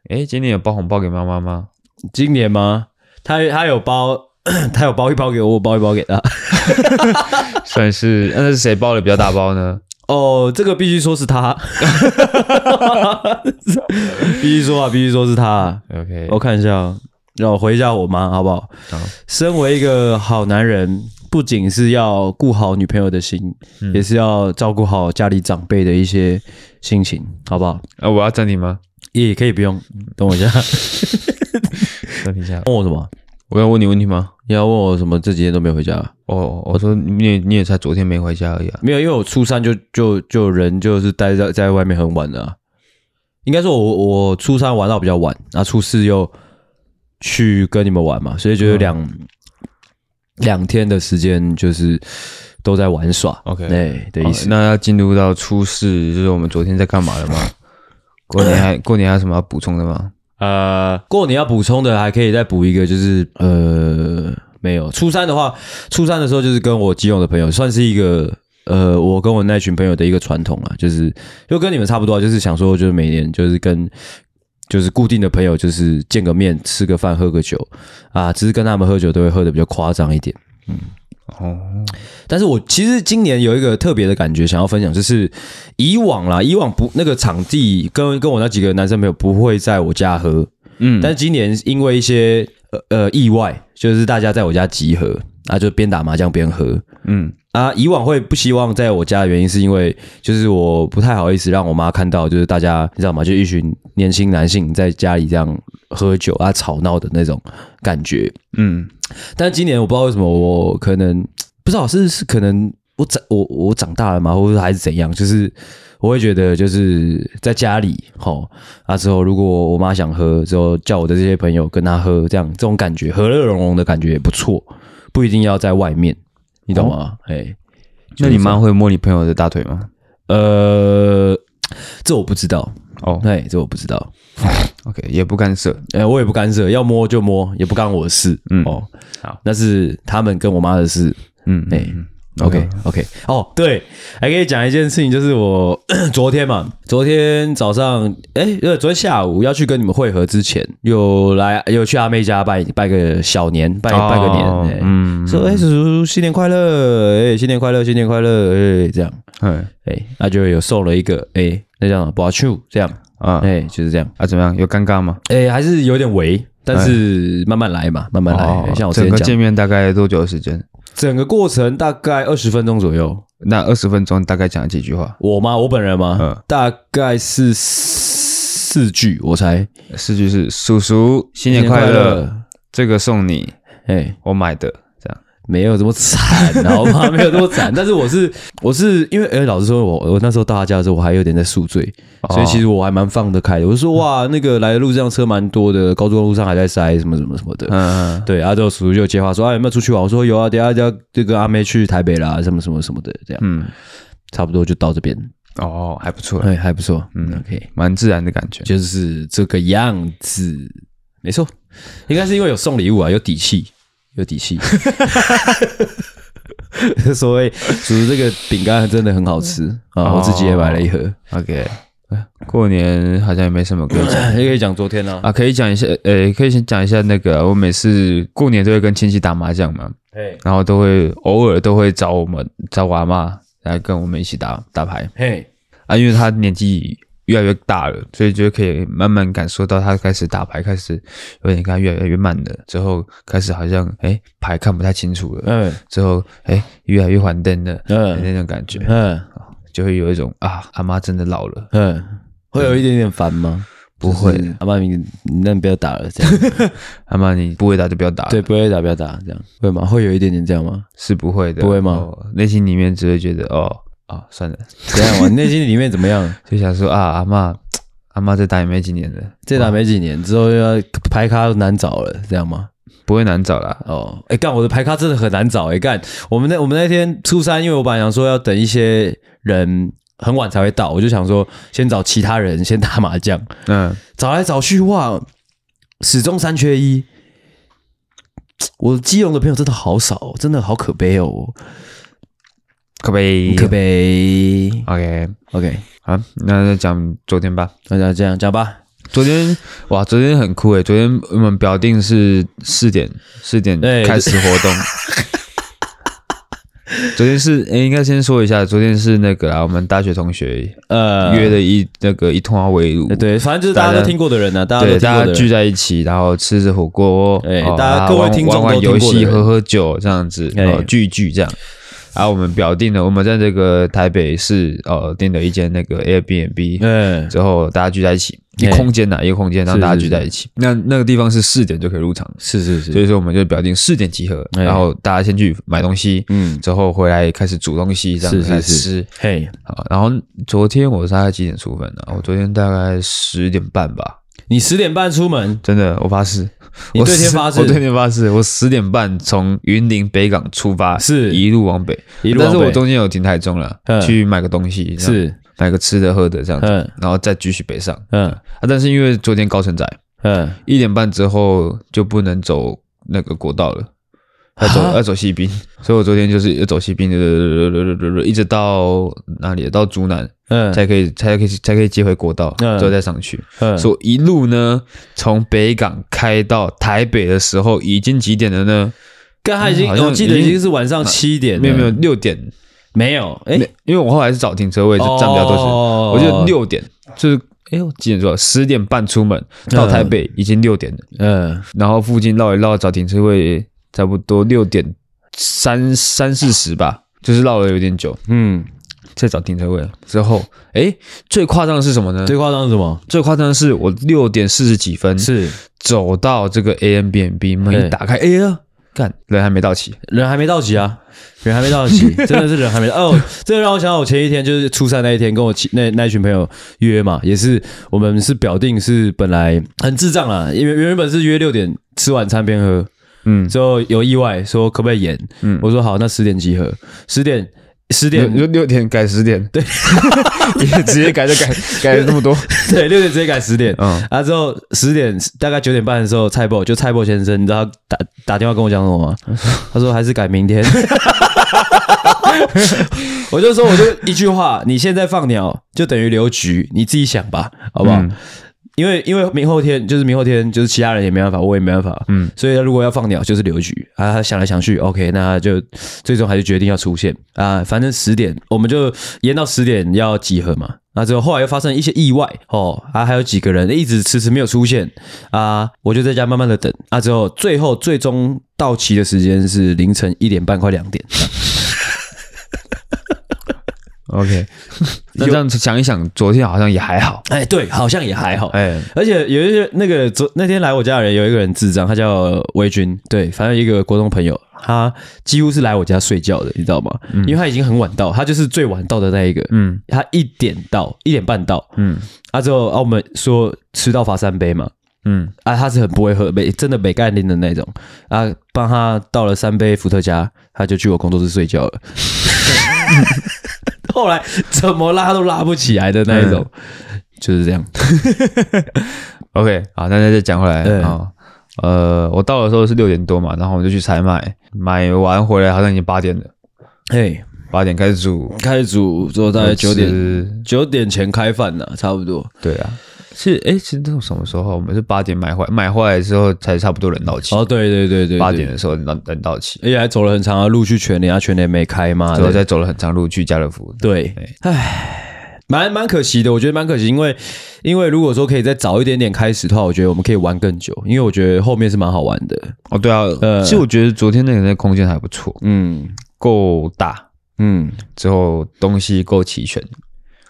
S2: 诶，今年有包红包给妈妈吗？
S1: 今年吗？她她有包， (clears throat) 她有包一包给我，我包一包给她。
S2: 算是， (laughs) 那是谁包的比较大包呢？
S1: 哦，这个必须说是她， (laughs) 必须说啊，必须说是她啊。
S2: OK，
S1: 我看一下啊，让我回一下我妈好不好？
S2: 好
S1: 身为一个好男人，不仅是要顾好女朋友的心，也是要照顾好家里长辈的一些心情，好不好？
S2: 啊，我要暂停吗？
S1: 也可以不用，等我一下。
S2: 暂停一下。
S1: (laughs) 问我什么？
S2: 我要问你问题吗？
S1: 你要问我什么？这几天都没有回家，
S2: 哦，我说你也你也才昨天没回家而已啊。
S1: 没有，因为我初三就就就人就是待在在外面很晚了啊、应该说我我初三玩到比较晚，然后初四又去跟你们玩嘛，所以就有两、两天的时间就是都在玩耍。
S2: OK
S1: 对的意思。
S2: 好哦那要进入到初四，就是我们昨天在干嘛 (coughs) 了吗？过年还过年还有什么要补充的吗？
S1: 呃，过年要补充的还可以再补一个，就是呃，没有初三的话，初三的时候就是跟我基隆的朋友，算是一个呃，我跟我那群朋友的一个传统啊，就是就跟你们差不多啊，就是想说，就是每年就是跟就是固定的朋友，就是见个面，吃个饭，喝个酒啊，只是跟他们喝酒都会喝的比较夸张一点。嗯
S2: 哦，
S1: 但是我其实今年有一个特别的感觉想要分享，就是以往啦，以往不那个场地跟跟我那几个男生朋友不会在我家喝，
S2: 嗯
S1: 但今年因为一些呃呃意外，就是大家在我家集合，啊，就边打麻将边喝。
S2: 嗯
S1: 啊，以往会不希望在我家的原因，是因为就是我不太好意思让我妈看到，就是大家你知道吗？就一群年轻男性在家里这样喝酒啊、吵闹的那种感觉。
S2: 嗯，
S1: 但今年我不知道为什么，我可能不知道是是可能我长我我长大了嘛，或者还是怎样，就是我会觉得就是在家里吼啊之后，如果我妈想喝之后，叫我的这些朋友跟她喝，这样这种感觉和乐融融的感觉也不错，不一定要在外面，你懂
S2: 哦
S1: 吗？哎、
S2: 那你妈会摸你朋友的大腿吗？
S1: 呃，这我不知道，
S2: 哦
S1: 哎，这我不知道。
S2: ，OK，也不干涉。
S1: 哎、我也不干涉，要摸就摸，也不干我的事。
S2: 嗯
S1: 哦，
S2: 好，
S1: 那是他们跟我妈的事。
S2: 嗯，
S1: 哎、OK OK，哦，对，还可以讲一件事情，就是我昨天嘛，昨天早上，哎、呃，昨天下午要去跟你们会合之前，有来有去阿妹家拜拜个小年，拜、拜个年，
S2: 哦
S1: 哎
S2: 嗯，
S1: 说哎、叔叔新年快乐，哎、新年快乐，新年快乐，哎、这样，
S2: 哎
S1: 哎、那就有送了一个，哎、那叫什么？宝秋这样，
S2: 啊
S1: 哎、就是这样。
S2: 啊，怎么样？有尴尬吗？
S1: 哎、还是有点围，但是慢慢来嘛，慢慢来。
S2: 哎哦
S1: 像我之
S2: 整
S1: 前
S2: 个
S1: 讲，
S2: 见面大概多久的时间？
S1: 整个过程大概二十分钟左右。
S2: 那二十分钟大概讲了几句话？
S1: 我吗？我本人吗？
S2: 嗯
S1: 大概是四句，我猜。
S2: 四句是：叔叔新年快乐，！这个送你，
S1: 哎、
S2: 我买的，这样。
S1: 没有这么惨，好吗？ (laughs) 没有这么惨，但是我是我是因为，哎、老实说我，我那时候到他家的时候，我还有点在宿醉，
S2: 哦
S1: 所以其实我还蛮放得开的。我就说哇，那个来的路上车蛮多的，高速公路上还在塞什么什么什么的。
S2: 嗯，嗯
S1: 对，阿周叔叔就接话说：“啊，有没有出去玩？”我说：“有啊，等一下等一下这个阿妹去台北啦，什么什么什么的，这样
S2: 嗯，
S1: 差不多就到这边。
S2: 哦，还不错，
S1: 哎，还不错，嗯
S2: 嗯
S1: ，OK，
S2: 蛮自然的感觉。
S1: 就是这个样子，没错，应该是因为有送礼物啊，有底气，有底气。 (laughs) 哦 (coughs) 所以，叔叔这个饼干真的很好吃啊，我自己也买了一盒。
S2: 嗯 OK，过年好像也没什么歌讲
S1: 也可以讲昨天啊。
S2: 啊，可以讲一下，呃，可以先讲一下那个，我每次过年都会跟亲戚打麻将嘛，
S1: 嘿，
S2: 然后都会偶尔都会找我们找我阿妈来跟我们一起打打牌
S1: 嘿，
S2: 啊，因为她年纪越来越大了，所以就可以慢慢感受到她开始打牌开始有点看越来越慢了，之后开始好像哎牌看不太清楚了，
S1: 嗯
S2: 之后哎越来越缓灯了，
S1: 嗯
S2: 那种感觉
S1: 嗯
S2: 就会有一种啊阿妈真的老了，
S1: 嗯，会有一点点烦吗？
S2: 不会
S1: 就是阿妈你你那你不要打了，这样
S2: 阿妈你不会打就不要打
S1: (laughs)
S2: 了，
S1: 对，不会打不要打，这样会吗？会有一点点这样 (laughs) 吗？
S2: 是不会的，
S1: 不会吗
S2: 哦内、心里面只会觉得哦哦算了，
S1: 怎样？我内心里面怎么样？
S2: 就想说啊阿妈阿妈再打也没几年了，
S1: 再打没几年之后又要牌咖难找了，这样吗？
S2: 不会难找啦。
S1: 哦，哎、干，我的牌咖真的很难找哎、干，我们那我们那天初三，因为我本来想说要等一些人很晚才会到，我就想说先找其他人先打麻将，
S2: 嗯，
S1: 找来找去哇，始终三缺一。我基隆的朋友真的好少哦，真的好可悲哦，
S2: 可悲
S1: 可悲。
S2: OK，
S1: OK，
S2: 好，那就讲昨天吧。
S1: 那就这样讲吧。
S2: 昨天哇，昨天很酷诶！欸昨天我们表定是四点，四点
S1: 对
S2: 开始活
S1: (laughs)
S2: 动。昨天是诶，应该先说一下，昨天是那个啊，我们大学同学
S1: 呃，
S2: 约了一、那个一通话围炉，
S1: 对，反正就是大家
S2: 大
S1: 都
S2: 家
S1: 听过的人啊，大家都
S2: 对，
S1: 听
S2: 大
S1: 过
S2: 家
S1: 的
S2: 聚
S1: 人。
S2: 在一起，然后吃着火锅，
S1: 哎
S2: 哦
S1: 大家
S2: 啊
S1: 各位
S2: 玩
S1: 听众
S2: 玩玩
S1: 都听过
S2: 游戏，
S1: 的
S2: 喝喝酒这样子，
S1: 哎
S2: 哦，聚一聚这样。啊，我们表定了，我们在这个台北市呃订了一间那个 Airbnb，
S1: 嗯，
S2: 之后大家聚在一起，一
S1: 哎
S2: 空间呐，一个空间，让
S1: 是
S2: 大家
S1: 是
S2: 聚在一起。那那个地方是四点就可以入场，
S1: 是是
S2: 所
S1: 是，
S2: 以说我们就表定四点集合，
S1: 哎
S2: 然后大家先去买东西，
S1: 嗯，
S2: 之后回来开始煮东西，这
S1: 是
S2: 样
S1: 是
S2: 来
S1: 是
S2: 吃。
S1: 嘿，
S2: 好，然后昨天我大概几点出门呢、
S1: 嗯
S2: 我昨天大概十点半吧，
S1: 你十点半出门，
S2: 真的，我发誓，
S1: 你
S2: 我
S1: 对天
S2: 10
S1: 发誓
S2: 我对天发誓，我十点半从云林北港出发，
S1: 是
S2: 一路往北，
S1: 一路
S2: 但
S1: 往
S2: 是我
S1: 北
S2: 中间有停台中了
S1: 嗯，
S2: 去买个东西，这样
S1: 是，
S2: 买个吃的喝的这样子，
S1: 嗯
S2: 然后再继续北上
S1: 嗯
S2: 啊。但是因为昨天高承载
S1: 嗯，
S2: 一点半之后就不能走那个国道了。要走
S1: 啊
S2: 要走西滨，所以我昨天就是要走西滨，一直到哪里？到竹南
S1: 嗯
S2: 才可以，才可以，才可以接回国道，
S1: 嗯
S2: 之后再上去。
S1: 嗯，
S2: 所以一路呢，从北港开到台北的时候，已经几点了呢？
S1: 刚他已经，
S2: 嗯好像
S1: 我记得
S2: 已
S1: 已
S2: 经啊
S1: 经是晚上七点了，
S2: 没有没有六点，
S1: 没有，哎
S2: 没，因为我后来是找停车位，就站比较多时间。
S1: 哦
S2: 我就六点，就是哎呦几点钟？十点半出门到台北已经六点了，
S1: 嗯
S2: 然后附近绕一绕找停车位，差不多六点三三四十吧，就是绕了有点久，
S1: 嗯，
S2: 再找停车位之后，哎，最夸张的是什么呢？
S1: 最夸张是什么？
S2: 最夸张的是我六点四十几分
S1: 是
S2: 走到这个 A M B N B 门
S1: 对
S2: 一打开，哎呀，干人还没到齐，
S1: 人还没到齐啊，人还没到
S2: (laughs)
S1: 齐，真的是人还没到。哦，这让我想到我前一天就是初三那一天，跟我其那那一群朋友约嘛，也是我们是表定是本来很智障啦，因为原本是约六点吃晚餐边喝，
S2: 嗯，
S1: 之后有意外说可不可以延，
S2: 嗯
S1: 我说好，那十点集合，十点十
S2: 六
S1: 点
S2: 六六点改十点， (laughs) 对，直接改就
S1: (laughs)
S2: 改改了这么多，
S1: 对六点直接改十点，
S2: 嗯，
S1: 啊，之后十点大概九点半的时候，蔡博就蔡博先生，你知道他打打电话跟我讲什么吗？他说还是改明天。 (laughs) 我就说，我就一句话，你现在放鸟就等于留局，你自己想吧，好
S2: 好
S1: 不好？因为因为明后天就是明后天，就是其他人也没办法，我也没办法，
S2: 嗯
S1: 嗯，所以如果要放鸟就是留局啊。他想来想去，OK，那他就最终还是决定要出现啊。反正十点我们就延到十点要集合嘛。那之后后来又发生一些意外哦，啊，还有几个人一直迟迟没有出现啊，我就在家慢慢的等啊。之后最后最终到齐的时间是凌晨一点半快两点，
S2: OK，那这样想一想，昨天好像也还好，
S1: 哎，对，好像也还好，
S2: 哎，
S1: 而且有一些那个昨那天来我家的人有一个人智障，他叫维军，对，反正一个国中朋友，他几乎是来我家睡觉的，你知道吗？因为他已经很晚到，他就是最晚到的那一个，
S2: 嗯
S1: 他一点到一点半到，
S2: 嗯
S1: 啊之后啊我们说吃到罚三杯嘛，
S2: 嗯，
S1: 啊他是很不会喝，没真的没概念的那种，啊帮他倒了三杯伏特加，他就去我工作室睡觉
S2: (laughs)
S1: 了。 (laughs) 后来怎么拉都拉不起来的那一种，
S2: 嗯
S1: 就是这样。
S2: OK，好，那再讲回来
S1: 对
S2: 啊、呃，我到的时候是六点多嘛，然后我就去采买，买完回来好像已经八点了，
S1: 嘿，
S2: 八点开始煮，
S1: 开始煮之后大概九点
S2: 吃
S1: 九点前开饭呐、差不多。
S2: 对啊，是哎，其实这种什么时候？我们是八点买坏，买坏了之后才差不多人到齐。
S1: 哦，对对对对，
S2: 八点，的时候人到人到齐，
S1: 而且还走了很长的路去全联，啊，全联没开嘛，
S2: 之后
S1: 对
S2: 再走了很长路去家乐福。
S1: 对
S2: 对，
S1: 唉，蛮蛮可惜的，我觉得蛮可惜，因为因为如果说可以再早一点点开始的话，我觉得我们可以玩更久，因为我觉得后面是蛮好玩的。
S2: 哦，对啊，
S1: 呃
S2: 其实我觉得昨天那个那个空间还不错，
S1: 嗯
S2: 够大，
S1: 嗯
S2: 之后东西够齐全。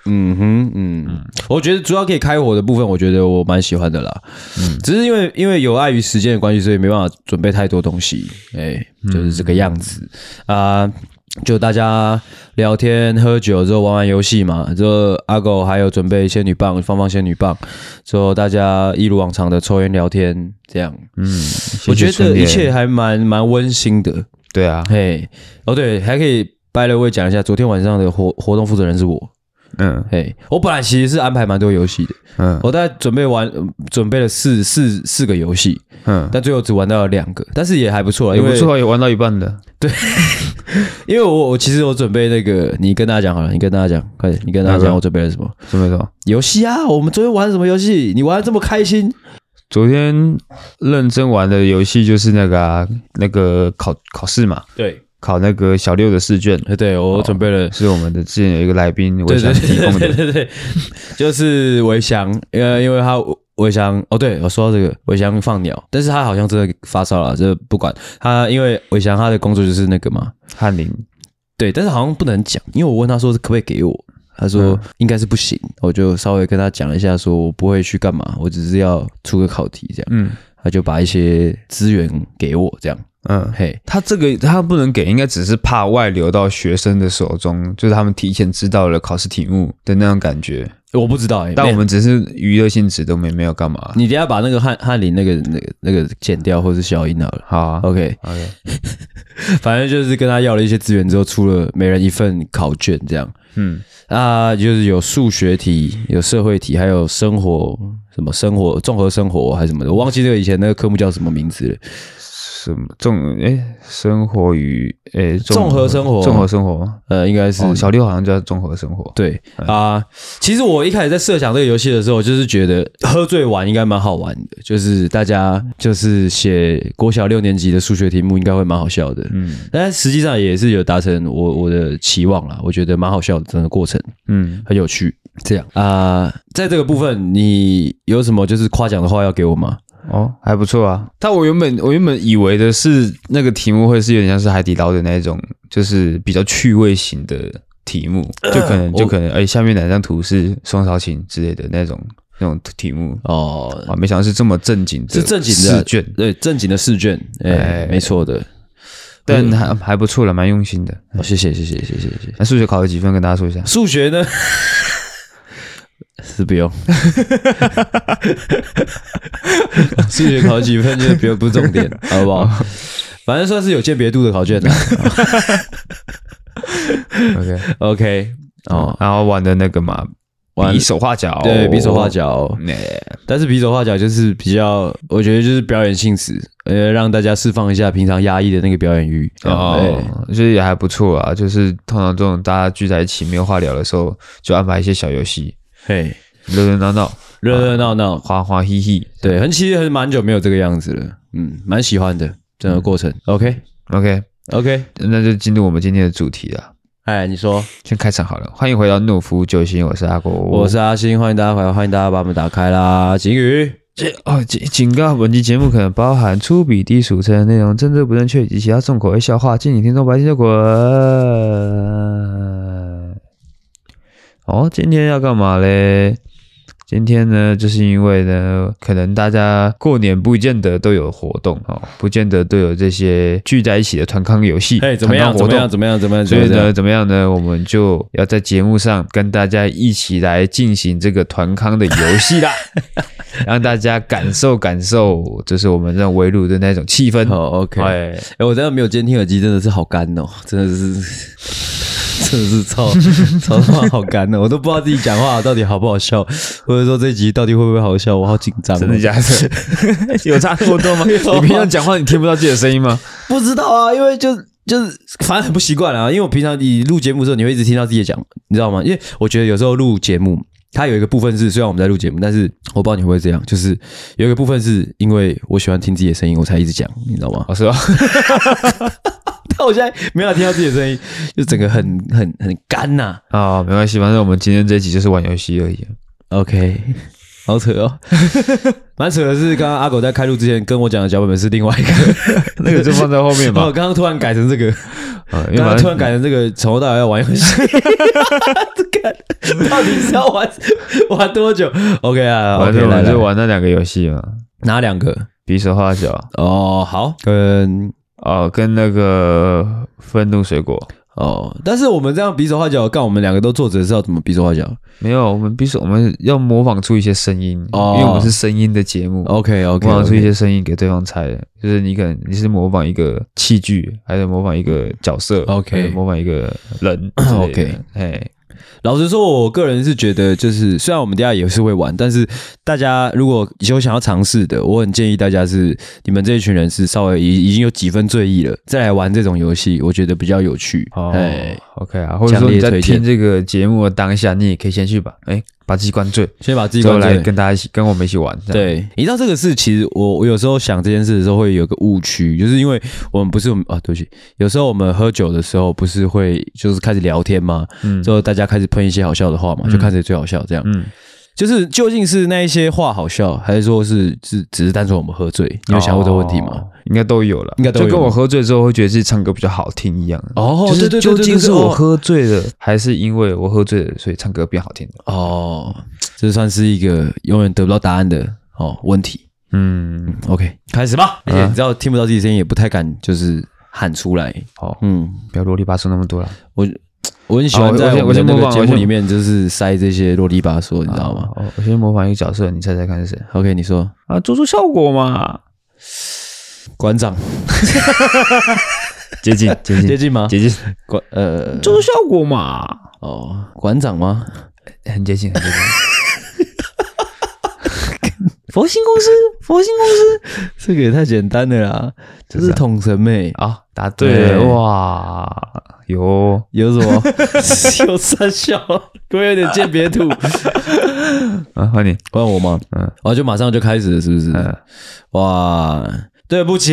S1: 嗯哼嗯，我觉得主要可以开火的部分，我觉得我蛮喜欢的啦。嗯，只是因为因为有碍于时间的关系，所以没办法准备太多东西，哎、就是这个样子啊。就大家聊天、喝酒之后玩玩游戏嘛，之后阿狗还有准备仙女棒，放放仙女棒，之后大家一如往常的抽烟聊天，这样，
S2: 嗯，
S1: 我觉
S2: 谢谢春
S1: 得
S2: 莲
S1: 一切还蛮蛮温馨的。
S2: 对啊，
S1: 嘿，哦对，还可以拜了位讲一下，昨天晚上的活活动负责人是我。
S2: 嗯
S1: 嘿，我本来其实是安排蛮多游戏的，
S2: 嗯
S1: 我大概准备完呃准备了四四四个游戏，
S2: 嗯，
S1: 但最后只玩到了两个，但是也还不错啦，
S2: 也
S1: 因为
S2: 不错，也玩到一半的。
S1: 因为我我其实我准备那个，你跟大家讲好了，你跟大家讲，快点，你跟大家
S2: 哪
S1: 讲
S2: 个
S1: 我准备了什么
S2: 什么什么？
S1: 游戏啊？我们昨天玩什么游戏？你玩的这么开心？
S2: 昨天认真玩的游戏就是那个啊，那个考考试嘛，
S1: 对，
S2: 考那个小六的试卷，
S1: 呃对我准备了。
S2: 是我们的之前有一个来宾我
S1: 对
S2: 想
S1: 对
S2: 哦提供
S1: 对对
S2: 的。
S1: 对对，就是维翔，呃，因为他维翔，哦，对我说到这个维翔放鸟，但是他好像真的发烧了，这不管他，因为维翔他的工作就是那个嘛，
S2: 翰林，
S1: 对，但是好像不能讲，因为我问他说可不可以给我，他
S2: 嗯
S1: 说应该是不行，我就稍微跟他讲了一下，说我不会去干嘛，我只是要出个考题这样，
S2: 嗯
S1: 他就把一些资源给我这样，
S2: 嗯，
S1: 嘿，
S2: 他这个他不能给，应该只是怕外流到学生的手中，就是他们提前知道了考试题目的那种感觉。
S1: 我不知道、欸，
S2: 但
S1: 没
S2: 我们只是娱乐性质，都没没有干嘛。
S1: 你等一下把那个汉汉林那个那个那个剪掉，或是消音好了。
S2: 好啊
S1: OK，
S2: ，OK，
S1: (laughs) 反正就是跟他要了一些资源之后，出了每人一份考卷这样。
S2: 嗯
S1: 啊，就是有数学题，有社会题，还有生活什么生活综合生活还是什么的，我忘记这个以前那个科目叫什么名字了。
S2: 什么综诶生活与诶
S1: 综合生活
S2: 综合生活吗？
S1: 呃，应该是、
S2: 哦，小嗯六好像叫综合生活。
S1: 对啊、其实我一开始在设想这个游戏的时候，我就是觉得喝醉玩应该蛮好玩的，就是大家就是写国小六年级的数学题目，应该会蛮好笑的。
S2: 嗯
S1: 但实际上也是有达成我我的期望啦，我觉得蛮好笑的，整个过程
S2: 嗯，
S1: 很有趣。这样啊、在这个部分你有什么就是夸奖的话要给我吗？
S2: 哦，还不错啊。但我原本我原本以为的是那个题目会是有点像是海底捞的那种，就是比较趣味型的题目，
S1: 呃
S2: 就可能就可能诶下面哪张图是宋少卿之类的那种那种题目。
S1: 哦，
S2: 啊，没想到是这么正经的
S1: 是正经的
S2: 试卷，
S1: 对，正经的试卷，哎、
S2: 哎
S1: 没错的。
S2: 但还还不错了，蛮用心的。
S1: 哦，谢谢谢谢谢谢谢谢。
S2: 那数学考了几分？跟大家
S1: (laughs)
S2: 说一下。
S1: 数学呢？是不用， (laughs) 数学考几分就是不用不是 (laughs) 重点，好不好？反正算是有鉴别度的考卷啊 (laughs) 的。
S2: OK，
S1: OK，哦，
S2: 然后玩的那个嘛，
S1: 玩
S2: 比手画脚，
S1: 对比手画，
S2: (laughs)
S1: 脚，哦
S2: 那
S1: 但是比手画脚就是比较，我觉得就是表演性质，呃，让大家释放一下平常压抑的那个表演欲。哦，
S2: 哦，所以也还不错啊。就是通常这种大家聚在一起没有话聊的时候，就安排一些小游戏，
S1: 嘿，
S2: 热热闹闹，
S1: 热热闹闹，
S2: 花花嘻嘻。
S1: 对，很其实很蛮久没有这个样子了，嗯，蛮喜欢的整个过程。OK，OK，
S2: OK，那就进入我们今天的主题了。
S1: 哎，你说。
S2: 先开场好了，欢迎回到懦夫救星，我是阿国，
S1: 我
S2: 我
S1: 是阿星，欢迎大家回来，欢迎大家把门打开啦，景宇。
S2: 哦，警警告：本期节目可能包含粗鄙低俗、成人内容、政治不正确以及其他重口味笑话，敬请听众白天就滚。哦，今天要干嘛嘞？今天呢，就是因为呢，可能大家过年不见得都有活动哦，不见得都有这些聚在一起的团康游戏、
S1: 哎，怎么样？
S2: 团
S1: 怎
S2: 康活
S1: 么
S2: 动
S1: 样？怎么样？怎么样？
S2: 所以
S1: 怎么
S2: 呢，
S1: 样，
S2: 怎么样呢？我们就要在节目上跟大家一起来进行这个团康的游戏 (laughs) 啦，让大家感受感受，就是我们这种围炉的那种气氛。
S1: 好，OK。哎，
S2: 哎，
S1: 我真的没有监听耳机，真的是好干哦，真的是，真的是 (laughs) 超超他妈好干哦，我都不知道自己讲话到底好不好笑，或者说这集到底会不会好笑，我好紧张哦。
S2: 真的假 (laughs) 啊的？有差那么多吗？你平常讲话你听不到自己的声音吗？
S1: 不知道啊，因为就就是反正很不习惯啊，因为我平常你录节目的时候，你会一直听到自己讲，你知道吗？因为我觉得有时候录节目，它有一个部分是虽然我们在录节目，但是我不知道你会不会这样，就是有一个部分是因为我喜欢听自己的声音，我才一直讲，你知道吗？
S2: 哦， (laughs) 是吧？
S1: 但 (laughs) 我现在没有听到自己的声音，就整个很很很干呐、
S2: 啊、没关系，反正我们今天这一集就是玩游戏而已啊。
S1: OK，好扯 (laughs) 哦，蛮扯的是，刚刚阿狗在开录之前跟我讲的脚本本是另外一个，
S2: 那个就放在后面 (laughs) 吧
S1: 哦，。刚刚突然改成这个，
S2: 啊，因为
S1: 刚
S2: 反
S1: 刚
S2: 正
S1: 突然改成这个，从头到尾要玩游戏，
S2: (laughs)
S1: 这个到底是要玩玩多久？OK 啊
S2: 反
S1: ，OK
S2: 正我
S1: 来
S2: 们
S1: 来
S2: 就，玩那两个游戏嘛，
S1: 哪两个？
S2: 比手画脚
S1: 哦，好，跟
S2: 哦，跟那个愤怒水果。
S1: 哦，但是我们这样比手画脚，干我们两个都作者是要怎么比手画脚
S2: 没有，我们必须我们要模仿出一些声音，
S1: 哦
S2: 因为我们是声音的节目。
S1: ？OK
S2: 模
S1: OK，
S2: 仿出一些声音给对方猜的，就是你可能你是模仿一个器具，还是模仿一个角色
S1: OK
S2: 还是模仿一个人
S1: (coughs)
S2: 之类的
S1: OK
S2: 哎，
S1: 老实说，我个人是觉得，就是虽然我们等一下也是会玩，但是大家如果有想要尝试的，我很建议大家是你们这一群人是稍微已已经有几分醉意了，再来玩这种游戏，我觉得比较有趣。
S2: 哦
S1: 哎，
S2: ，OK 啊，或者
S1: 强
S2: 说
S1: 烈
S2: 你在
S1: 推荐
S2: 听这个节目的当下，你也可以先去把哎把自己灌醉，
S1: 先把自己
S2: 之后
S1: 关
S2: 来
S1: 来。
S2: 跟大家一起跟我们一起玩。这样，
S1: 对，你知道这个事，其实我我有时候想这件事的时候，会有个误区，就是因为我们不是我们啊，对不起，有时候我们喝酒的时候，不是会就是开始聊天嘛，
S2: 嗯
S1: 之后大家开始喷一些好笑的话嘛，就
S2: 嗯
S1: 看谁最好笑这样。
S2: 嗯，
S1: 就是究竟是那一些话好笑，还是说是是只是单纯我们喝醉？你有想过这个问题吗？
S2: 哦？应该都有了，
S1: 应该都有
S2: 就跟我喝醉之后会觉得自己唱歌比较好听一样。
S1: 哦
S2: 就是
S1: 对对对
S2: 究
S1: 对
S2: 竟
S1: 对
S2: 是
S1: 对
S2: 我
S1: 哦
S2: 喝醉了，还是因为我喝醉了，所以唱歌变好听的？
S1: 哦，这算是一个永远得不到答案的哦问题。
S2: 嗯，
S1: OK，开嗯始吧。而且你知道，听不到自己声音，也不太敢就是喊出来。
S2: 好，
S1: 嗯，
S2: 不要啰里吧嗦那么多了。
S1: 我我很喜欢
S2: 好
S1: 在
S2: 我先
S1: 我们的
S2: 我先
S1: 那
S2: 模
S1: 个
S2: 仿
S1: 节
S2: 我
S1: 目
S2: 先
S1: 里面就是塞这些啰里吧嗦，你知道吗
S2: 好？哦我先模仿一个角色，你猜猜看是谁
S1: ？OK，你说
S2: 啊？做出效果嘛，
S1: 馆长
S2: (laughs) 接近接
S1: (laughs) 接
S2: 近
S1: 近吗？
S2: 接近，
S1: 馆呃
S2: 做出效果嘛，
S1: 哦，馆长吗？
S2: 很接近很
S1: (laughs)
S2: 接近。佛心
S1: (laughs)
S2: 公司，佛心公司
S1: 这个也太简单了啦，这
S2: 就是这样
S1: 统神妹。
S2: 啊，答对了
S1: 对
S2: 哇！有哦
S1: 有什么？ (laughs) 有三笑，给我有点鉴别度。
S2: 啊，换你，
S1: 换我吗？嗯，然后就马上就开始了，是不是？
S2: 嗯
S1: 哇，对不起，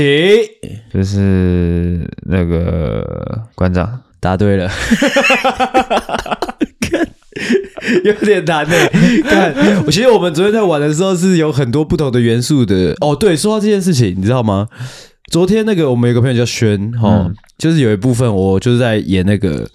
S2: 就是那个馆长，
S1: 答对
S2: (laughs)
S1: 了。有点难
S2: (laughs)
S1: 呢、看，我其实我们昨天在玩的时候是有很多不同的元素的。哦，对，说到这件事情，你知道吗？昨天那个我们有个朋友叫轩，哦，
S2: 嗯
S1: 就是有一部分我就是在演那个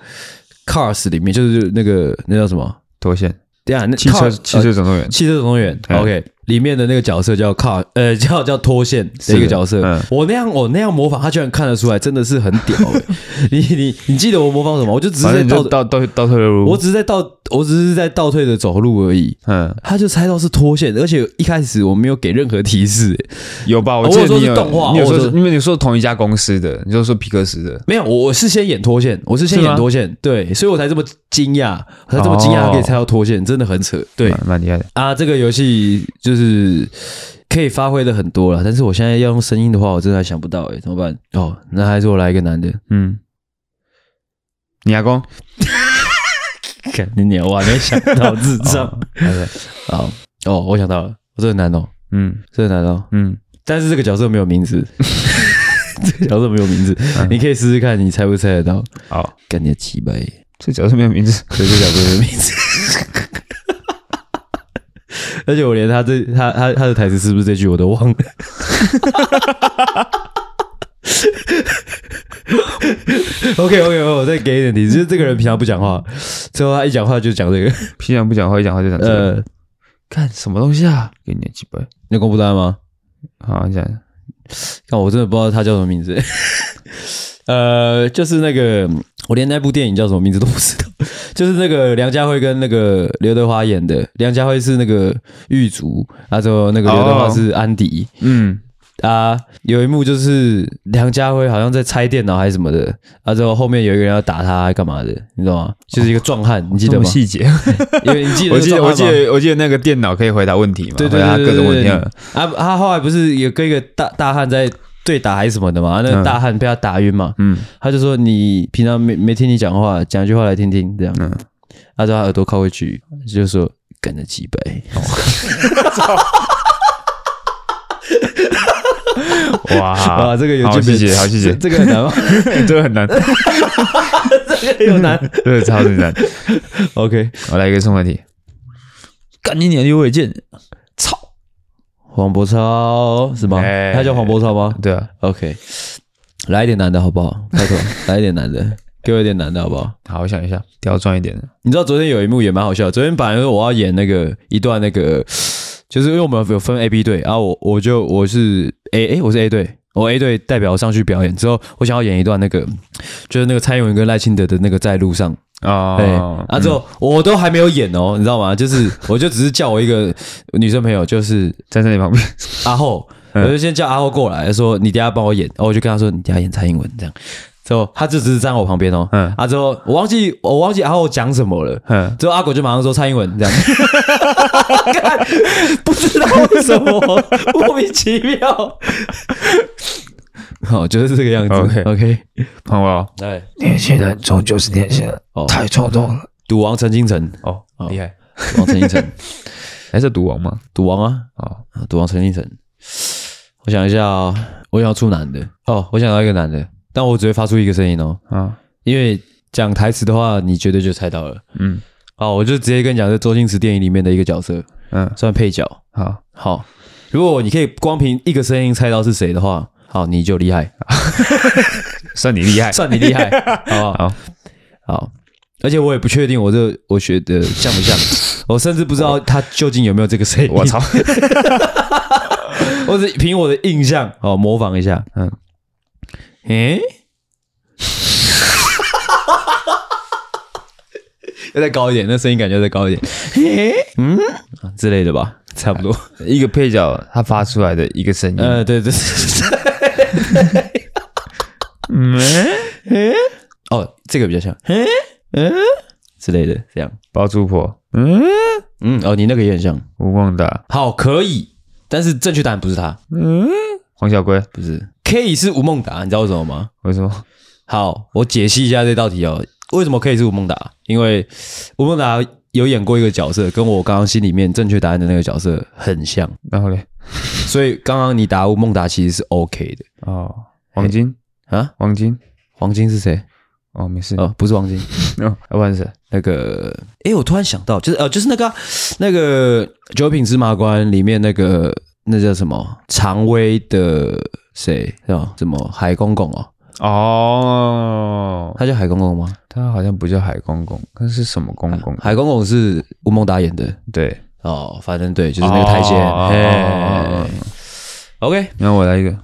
S1: Cars 里面，就是那个那叫什么？
S2: 脱线，
S1: 对啊，那
S2: 汽车
S1: Cars-
S2: 汽车总动员，
S1: 汽车总动员
S2: 嗯
S1: ，OK，里面的那个角色叫靠，呃， (laughs) 叫叫脱线的一个角色
S2: 是的嗯。
S1: 我那样我那样模仿，他居然看得出来，真的是很屌欸 (laughs) 你你你记得我模仿什么？我就只是
S2: 反
S1: 在
S2: 正你就
S1: 倒，
S2: 倒倒倒退了路，
S1: 我只是在倒，我只是在倒退的走路而已。
S2: 嗯
S1: 他就猜到是脱线，而且一开始我没有给任何提示欸，
S2: 有吧？
S1: 我
S2: 记得
S1: 说
S2: 你
S1: 是
S2: 有
S1: 动画哦
S2: 你有
S1: 我
S2: 说
S1: 说
S2: 因为你说同一家公司的，你就说皮克斯的，
S1: 没有，我我是先演脱线，我是先
S2: 是
S1: 演
S2: 吗
S1: 脱线，对，所以我才这么惊讶，我才这么惊讶
S2: 哦
S1: 可以猜到脱线，真的很扯，对，
S2: 蛮蛮厉害的。
S1: 啊，这个游戏就是可以发挥的很多了，但是我现在要用声音的话，我真的还想不到哎、怎么办？哦，那还是我来一个男的，
S2: 嗯，你阿公
S1: 看你鸟，我还没想 (laughs) 到智障。
S2: ，OK，
S1: 哦好，哦，我想到了，我这个男哦，
S2: 嗯
S1: 这个男哦，
S2: 嗯，
S1: 但是这个角色没有名 (laughs) 字，这个角色没有名字，你可以试试看，你猜不猜得到？
S2: 好，
S1: 干你的鸡掰，
S2: 这角色没有名字，
S1: 对，这个角色没有名字。 (laughs) 而且我连他这他他他的台词是不是这句我都忘了。OK OK，我再给一点提示，就是这个人平常不讲话，最后他一讲话就讲这个。
S2: 平常不讲话，一讲话就讲这个。
S1: 呃，
S2: 干什么东西啊？给你的鸡巴。
S1: 你要公布答案吗？
S2: 好，你讲
S1: 看哦我真的不知道他叫什么名字。 (laughs) 呃，就是那个，我连那部电影叫什么名字都不知道。就是那个梁家辉跟那个刘德华演的，梁家辉是那个狱卒，啊，之后那个刘德
S2: 哦
S1: 华是安迪。
S2: 嗯，
S1: 啊，有一幕就是梁家辉好像在拆电脑还是什么的，啊，之后后面有一个人要打他，还干嘛的，你懂吗？就是一个壮汉，你记
S2: 这
S1: 得
S2: 么
S1: 吗？
S2: 细节，
S1: 因为你记得
S2: 我
S1: 那个
S2: 记得，
S1: 壮汉吗，
S2: 我记得，我记得那个电脑可以回答问题嘛？
S1: 对
S2: 回
S1: 对
S2: 答
S1: 对
S2: 各
S1: 对
S2: 种
S1: 对
S2: 问题
S1: 对
S2: 啊。
S1: 啊，他后来不是有跟一个大大汉在对打还是什么的嘛，那个大汉被他打晕嘛，
S2: 嗯，
S1: 他就说你平常没没听你讲话，讲一句话来听听，这样，
S2: 嗯
S1: 他说他耳朵靠过去，就说干了几百，
S2: 哇
S1: (laughs) 哇，这个有
S2: 啊好
S1: 就
S2: 细节，好细节，
S1: (laughs) 这个很难
S2: (laughs)
S1: 吗？
S2: 这个很难，
S1: 这个有难。
S2: 这个超级难。
S1: OK，
S2: 我来一个送问题，
S3: 干你娘刘伟健，操！
S1: 黄渤超是吗？
S2: 哎
S1: 他叫黄渤超吗
S2: 对啊，
S1: ？OK，来一点难的好不好？拜托，来一点难的，给我一点难的好不好？
S2: 好，我想一下，刁钻一点的，
S1: 你知道昨天有一幕也蛮好笑的，昨天本来说我要演那个一段那个，就是因为我们有分 A、B 队，然、后我我就我是 A，诶、我是 A 队，我 A 队代表上去表演之后，我想要演一段那个，就是那个蔡英文跟赖清德的那个在路上，对，
S2: 哦，
S1: 啊之后我都还没有演哦，你知道吗？就是 (laughs) 我就只是叫我一个女生朋友，就是
S2: 站在你旁边，
S1: 阿厚，
S2: 嗯
S1: 我就先叫阿厚过来，说你等一下帮我演，然后我就跟他说你等一下演蔡英文这样，之后他就只是站在我旁边哦，
S2: (laughs) 嗯
S1: 啊之后我忘记我忘记阿厚讲什么了。
S2: 嗯，
S1: 之后阿狗就马上说蔡英文这样， (laughs) 干不知道为什么莫名其 (laughs) 妙。好，哦就是这个样子。
S2: OK
S1: OK，
S2: 换我哦
S1: 来，
S3: 年轻人终究是年轻人，
S1: 哦
S3: 太冲动了。
S1: 赌王陈金城，
S2: 哦，
S1: 哦
S2: 厉害，
S1: 赌王陈金城，
S2: 还是赌王吗？
S1: (laughs) 赌王啊，
S2: 哦，
S1: 啊赌王陈金城。我想一下哦，我想要出男的哦，我想要一个男的，但我只会发出一个声音哦，
S2: 啊，
S1: 因为讲台词的话，你绝对就猜到了。
S2: 嗯
S1: 好，我就直接跟你讲，是周星驰电影里面的一个角色，
S2: 嗯，
S1: 算配角。
S2: 好，
S1: 好，如果你可以光凭一个声音猜到是谁的话，好，你就厉害，
S2: 算你厉害，
S1: 算你厉
S2: (laughs)
S1: 害，好不好？
S2: 好
S1: 好，而且我也不确定我这我学的像不
S2: (laughs)
S1: 像，我甚至不知道他究竟有没有这个声音。
S2: 我操，
S1: 我只凭我的印象哦，模仿一下。嗯
S2: 嗯， (laughs)
S1: 诶、要再高一点，那声音感觉要再高一点，诶、嗯之类的吧，差不多。
S2: (laughs) 一个配角他发出来的一个声音，
S1: 呃，对对对， (laughs)
S2: 嗯，
S1: 哦，这个比较像，诶、嗯之类的，这样。
S2: 包租婆，嗯，
S1: 嗯，哦，你那个也很像。
S2: 吴孟达，
S1: 好，可以，但是正确答案不是他，
S2: 黄小龟，
S1: 不是 K 是吴孟达，你知道为什么吗？
S2: 为什么？
S1: 好，我解析一下这道题哦。为什么可以是吴孟达？因为吴孟达有演过一个角色，跟我刚刚心里面正确答案的那个角色很像，
S2: 然后嘞，
S1: 所以刚刚你答吴孟达其实是 OK 的
S2: 哦，王晶，
S1: 啊。
S2: 王晶，
S1: 黄金是谁？
S2: 哦，没事，
S1: 哦，不是黄金，
S2: 哦，要不然是谁
S1: 那个，诶，我突然想到，就是呃，就是那个啊那个《九品芝麻官》里面那个那叫什么常威的谁是吧？什么海公公哦？
S2: 哦，
S1: 他叫海公公吗？
S2: 他好像不叫海公公，他是什么公公？
S1: 海公公是吴孟达演的。
S2: (laughs) 对，
S1: 哦，反正对，就是那个太监。
S2: 哦
S1: 哎 OK，
S2: 然后我来一个，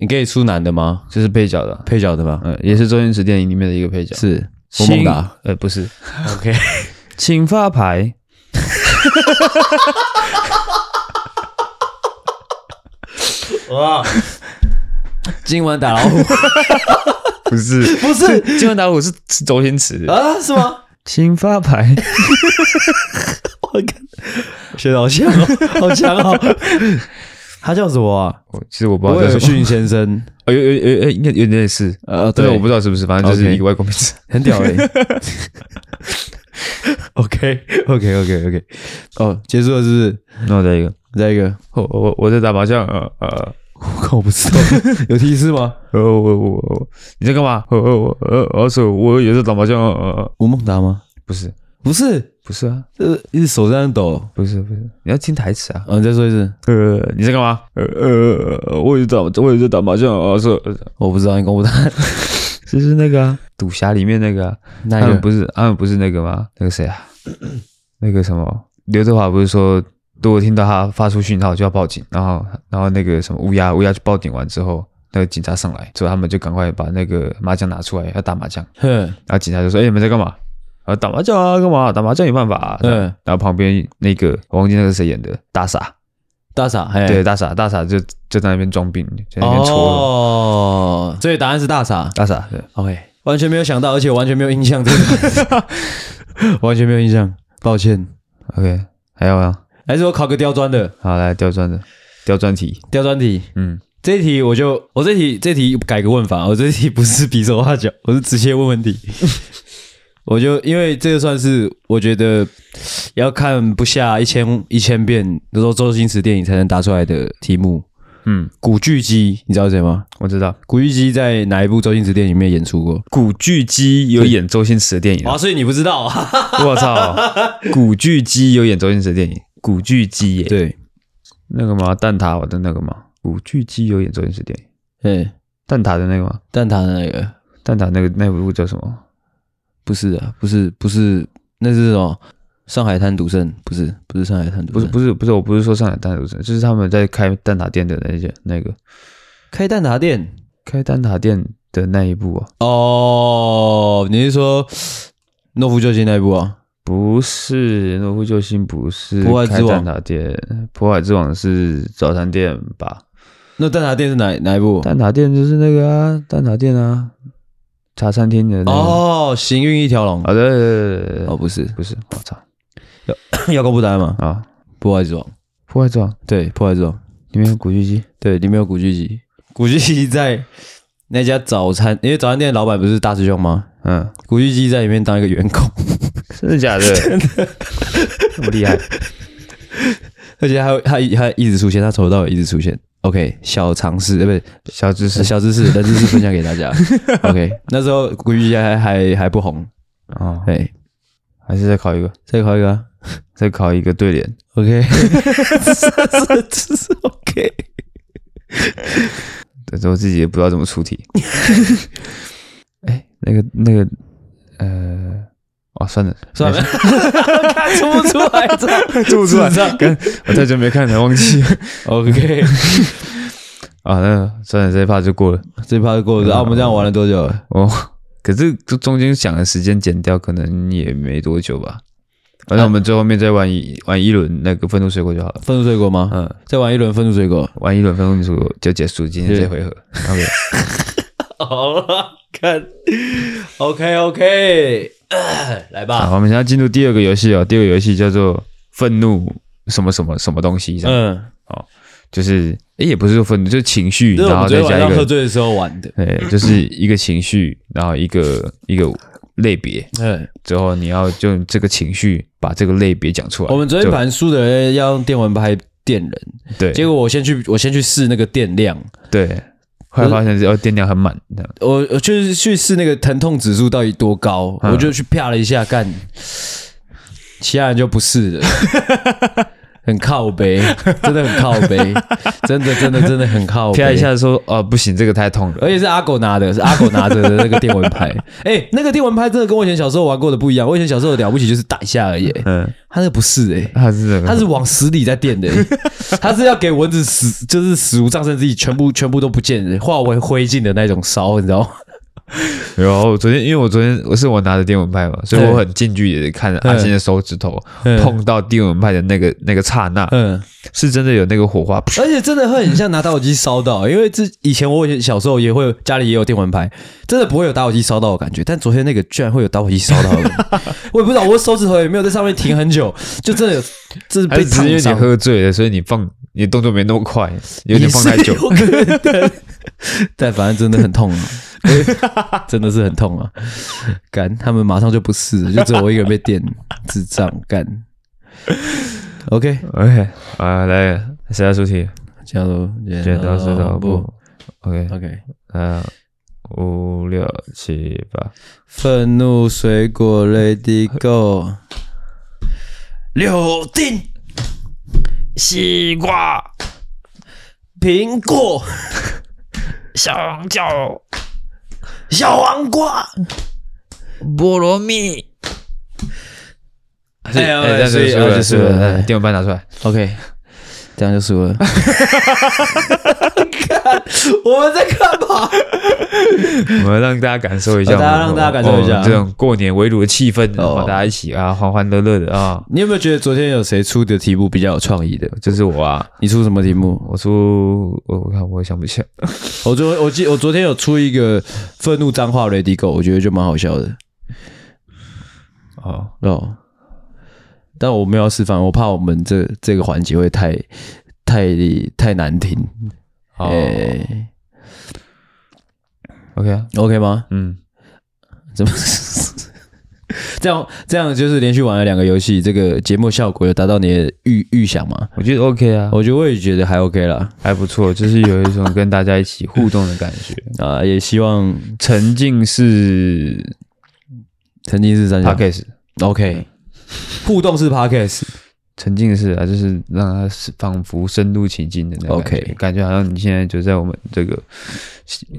S1: 你可以出男的吗？
S2: 这是配角的，
S1: 配角的吗？
S2: 嗯，也是周星驰电影里面的一个配角，
S1: 是吴
S2: 请
S1: 孟达。，
S2: 呃，不是，
S1: (laughs) OK，
S2: 请发牌，
S1: 哇，今晚打老虎 (laughs)
S2: 不 (laughs) 是，
S1: 不是
S2: 今晚打我是是周星驰，
S1: 啊？是吗？
S2: 请发牌，
S1: 我靠，学的好像 (laughs) 哦，好强哦！他叫什么啊？
S2: 我哦其实我不知道
S1: 威
S2: 叫
S1: 尔
S2: 什么，
S1: 逊先 (laughs) 生。
S2: 哦有啊有有有，应该有点类似，
S1: 呃，
S2: 但
S1: 对，
S2: 是我不知道是不是，反正就是
S1: OK
S2: 一个外国名字。
S1: 很屌欸 (laughs) 嘞。OK OK OK OK，哦，结束了是不是？
S2: (laughs) 那我再一个，
S1: 再一个，
S2: 哦我我我在打麻将，呃呃
S1: 我 (laughs) 靠，我不知道， (laughs) 有提示吗？
S2: 呃，我我我我你在干嘛？呃呃我呃，而且我也在打麻将，呃呃，
S1: 吴孟达吗？
S2: 不是
S1: 不是，
S2: 不是啊，
S1: 呃，一直手在那抖。
S2: 不是不是，你要听台词啊。
S1: 嗯、你再说一次，
S2: (laughs) 呃，你在干嘛？呃呃，我也在打，我也在打麻将，
S1: 哦
S2: 呃是，
S1: 我不知道，你公布答 (laughs) 案。
S2: 就是那个啊，赌侠里面那个啊，
S1: 那
S2: 他们不是他们不是那个吗？那个谁啊？ (clears throat) 那个什么刘德华不是说，如果听到他发出讯号就要报警，然后然后那个什么乌鸦乌鸦去报警完之后，那个警察上来之后，他们就赶快把那个麻将拿出来要打麻将，
S1: 哼，
S2: 然后警察就说：“哎、你们在干嘛？”啊，打麻将啊，干嘛？打麻将有办法、啊。
S1: 嗯
S2: 然后旁边那个我忘记那个谁演的大傻，
S1: 大傻，嘿，
S2: 对，，大傻，大傻就就在那边装病，就在那边戳了。
S1: 哦，所以答案是大傻。
S2: 大傻，对，
S1: OK，完全没有想到，而且完全没有印象，这个 (laughs) 完全没有印象，抱歉。
S2: OK，还有啊，
S1: 还是我考个刁钻的，
S2: 好来刁钻的刁钻题，
S1: 刁钻题，
S2: 嗯，
S1: 这一题我就我这题这题改个问法，我这题不是比手画脚， (laughs) 我是直接问问题。我就因为这个算是我觉得要看不下一千一千遍，那时候周星驰电影才能答出来的题目。
S2: 嗯，
S1: 古巨基，你知道是谁吗？
S2: 我知道
S1: 古巨基在哪一部周星驰电影里面演出过？
S2: 古巨基有演周星驰的电影啊、
S1: 啊，所以你不知道啊？(laughs)
S2: 我操，古巨基有演周星驰的电影，古巨基耶，
S1: (laughs) 对，
S2: 那个吗？蛋挞的那个吗？古巨基有演周星驰电影，
S1: 哎，
S2: 蛋挞的那个吗？
S1: 蛋挞的那个
S2: 蛋挞那个那部叫什么？
S1: 不是啊，不是不是，那是什么？上海滩赌圣不是不是上海滩赌
S2: 不
S1: 圣，
S2: 是不是不是，我不是说上海蛋挞城，就是他们在开蛋挞店的那些那个
S1: 开蛋挞店
S2: 开蛋挞店的那一部啊，
S1: 哦，你是说诺夫救星那一部啊？
S2: 不是诺夫救星，不是
S1: 渤海之
S2: 开
S1: 王
S2: 蛋挞店，渤海之王是早餐店吧？
S1: 那蛋挞店是哪哪一部？
S2: 蛋挞店就是那个啊，蛋挞店啊，茶餐厅的那个。
S1: 哦，行运一条龙
S2: 好的，对对对
S1: 哦，
S2: 对
S1: 不是
S2: 不是，我操
S1: 要公布答案吗？
S2: 啊！
S1: 破坏之王，
S2: 破坏之王
S1: 对，破坏之王，
S2: 里面有古巨基，
S1: 对，里面有古巨基，古巨基在那家早餐，因为早餐店的老板不是大师兄吗？
S2: 嗯，
S1: 古巨基在里面当一个员工， (laughs)
S2: 真的假的？ (laughs) 真的，这么厉害？
S1: 而且还有他他一直出现，他从头到尾一直出现。OK，小常识，呃，不是
S2: 小知识
S1: (laughs) 是小知识，冷知识分享给大家。OK，那时候古巨基还还还不红，
S2: 啊，
S1: 哎，
S2: 还是再考一个，
S1: 再考一个啊、
S2: 再考一个对联。
S1: OK，这这是 OK。
S2: 但是我自己也不知道怎么出题。哎，那个那个，呃，哦，算了，
S1: (laughs) 算了，看出不出来这
S2: 做
S1: 出来
S2: 跟我太久没看了，忘记 (laughs)
S1: OK，
S2: 啊。那算了，这一趴就过了。
S1: 这趴就过去了。啊，我们这样玩了多久了？
S2: 哦， (laughs) 可是这中间想的时间减掉，可能也没多久吧。反正我们最后面再玩一玩一轮那个愤怒水果就好了。
S1: 分数水果吗？
S2: 嗯，
S1: 再玩一轮分数水果。
S2: 玩一轮愤怒水果就结束今天这回合。OK，
S1: 好了，哦看，OK OK，来吧。
S2: 好，我们现在进入第二个游戏哦。第二个游戏叫做愤怒什么什么什么东西，这样
S1: 嗯，
S2: 就是诶也不是说愤怒，就是情绪，
S1: 这是我
S2: 然
S1: 们
S2: 后
S1: 昨
S2: 再
S1: 天
S2: 加
S1: 晚上
S2: 一
S1: 喝
S2: 个，
S1: 醉的时候玩的。
S2: 对，就是一个情绪，然后一个一个类别，
S1: 嗯，
S2: 之后你要就这个情绪把这个类别讲出来。
S1: 我们昨天
S2: 就
S1: 盘输的人要用电蚊拍电人，
S2: 对，
S1: 结果我先去我先去试那个电量，
S2: 对，后来发现要电量很满，这样
S1: 我我就是去试那个疼痛指数到底多高，
S2: 嗯
S1: 我就去啪了一下，干，其他人就不是了，很靠背，真的很靠背，真的真的真的很靠背。
S2: (laughs) 啪一，下说哦不行，这个太痛了，
S1: 而且是阿狗拿的，是阿狗拿着的那个电蚊拍。哎、那个电蚊拍真的跟我以前小时候玩过的不一样，我以前小时候了不起就是打一下而已、欸
S2: 嗯，
S1: 他那个不是哎、
S2: 他是
S1: 他是往死里在电的欸、他是要给蚊子死，就是死无葬身之地，全部全部都不见的，化为灰烬的那种烧，你知道吗？
S2: 然后昨天因为我昨天我是我拿着电蚊拍嘛，所以
S1: 对
S2: 我很近距离的看着阿信的手指头
S1: 嗯
S2: 碰到电蚊拍的那个那个刹那，
S1: 嗯，
S2: 是真的有那个火花，
S1: (laughs)
S2: 噗
S1: 而且真的会很像拿打火机烧到，因为之以前我以前小时候也会家里也有电蚊拍，真的不会有打火机烧到的感觉，但昨天那个居然会有打火机烧到的感 (laughs) 觉，我也不知道我手指头也没有在上面停很久，就真的有，这是
S2: 还
S1: 被
S2: 是只
S1: 烫
S2: 是因为你
S1: 伤，
S2: 喝醉了，所以你放你动作没那么快，有点放太久
S1: 也是。有可 (laughs) 能但反正真的很痛啊， (laughs) 真的是很痛啊！干，他们马上就不是了，就只有我一个人被电，智障干。OK， (laughs)
S2: OK，啊，来，谁来出题？
S1: 加油，
S2: 剪刀石
S1: 哦
S2: 头布。OK，
S1: OK。
S2: 啊，五六七八，
S1: 愤怒水果 Lady Go，柳丁、
S3: 西瓜、
S1: 苹果、
S3: 小黄椒、
S1: 小黄瓜。
S3: 菠萝蜜、
S1: 哎呀，
S2: 这样
S1: 所以
S2: 输了
S1: 啊就输
S2: 输了，哎
S1: 了。
S2: 电蚊拍拿出来。
S1: OK，这样就输了。看， (laughs) 我们在干嘛？
S2: (laughs) 我们让大家感受一下
S1: 哦
S2: 我们，哦
S1: 大家让大家感受一下
S2: 我们这种过年围炉的气氛，然
S1: 哦
S2: 后大家一起啊，欢欢乐乐的啊。
S1: 你有没有觉得昨天有谁出的题目比较有创意的？
S2: 就是我啊，
S1: 你出什么题目？
S2: 我出我我看我想不起来，
S1: 我昨我记我昨天有出一个愤怒脏话 Lady Go，我觉得就蛮好笑的
S2: 哦，
S1: 哦。但我没有要示范，我怕我们这这个环节会太太太难听。
S2: 哦
S1: 哎
S2: ，OK 啊，
S1: ，OK 吗？
S2: 嗯，
S1: 怎么？这样这样就是连续玩了两个游戏，这个节目效果有达到你的预预想吗？
S2: 我觉得 OK 啊，
S1: 我觉得我也觉得还 OK 啦，
S2: 还不错，就是有一种跟大家一起互动的感
S1: (laughs)
S2: 觉。嗯
S1: 啊，也希望
S2: 沉浸式
S1: 曾经是三
S2: p
S1: 角
S2: o c a s t
S1: OK，互动式
S2: (laughs)
S1: Podcast，
S2: 沉浸式啊，就是让它是仿佛深入其境的那种感觉
S1: OK
S2: 感觉好像你现在就在我们这个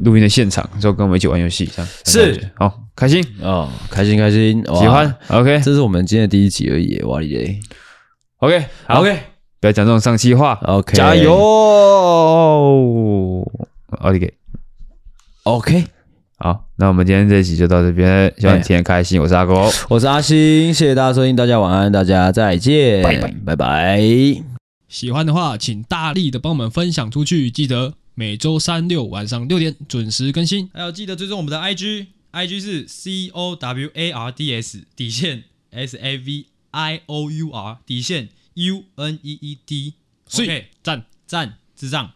S2: 录音的现场，就跟我们一起玩游戏这样，
S1: 是
S2: 那种感觉好开心，喜
S1: 哦，开心开心，喜
S2: 欢。OK
S1: 这是我们今天的第一集而已，哇哩嘞
S2: OK 好
S1: OK
S2: 不要讲这种丧气话
S1: OK，
S2: 加油！OK，
S1: ，OK，
S2: 好，那我们今天这一集就到这边，希望你听得开心。我是阿狗。
S1: 我是阿星，谢谢大家收听，大家晚安，大家再见，
S2: 拜拜
S1: 拜拜。
S4: 喜欢的话，请大力的帮我们分享出去。记得每周三六晚上六点准时更新。
S5: 还有记得追踪我们的 IG，IG 是 C O W A R D S 底线 S A V I O U R 底线 U N E E D，
S4: 所以
S5: 所以
S4: 赞。
S5: 赞智障。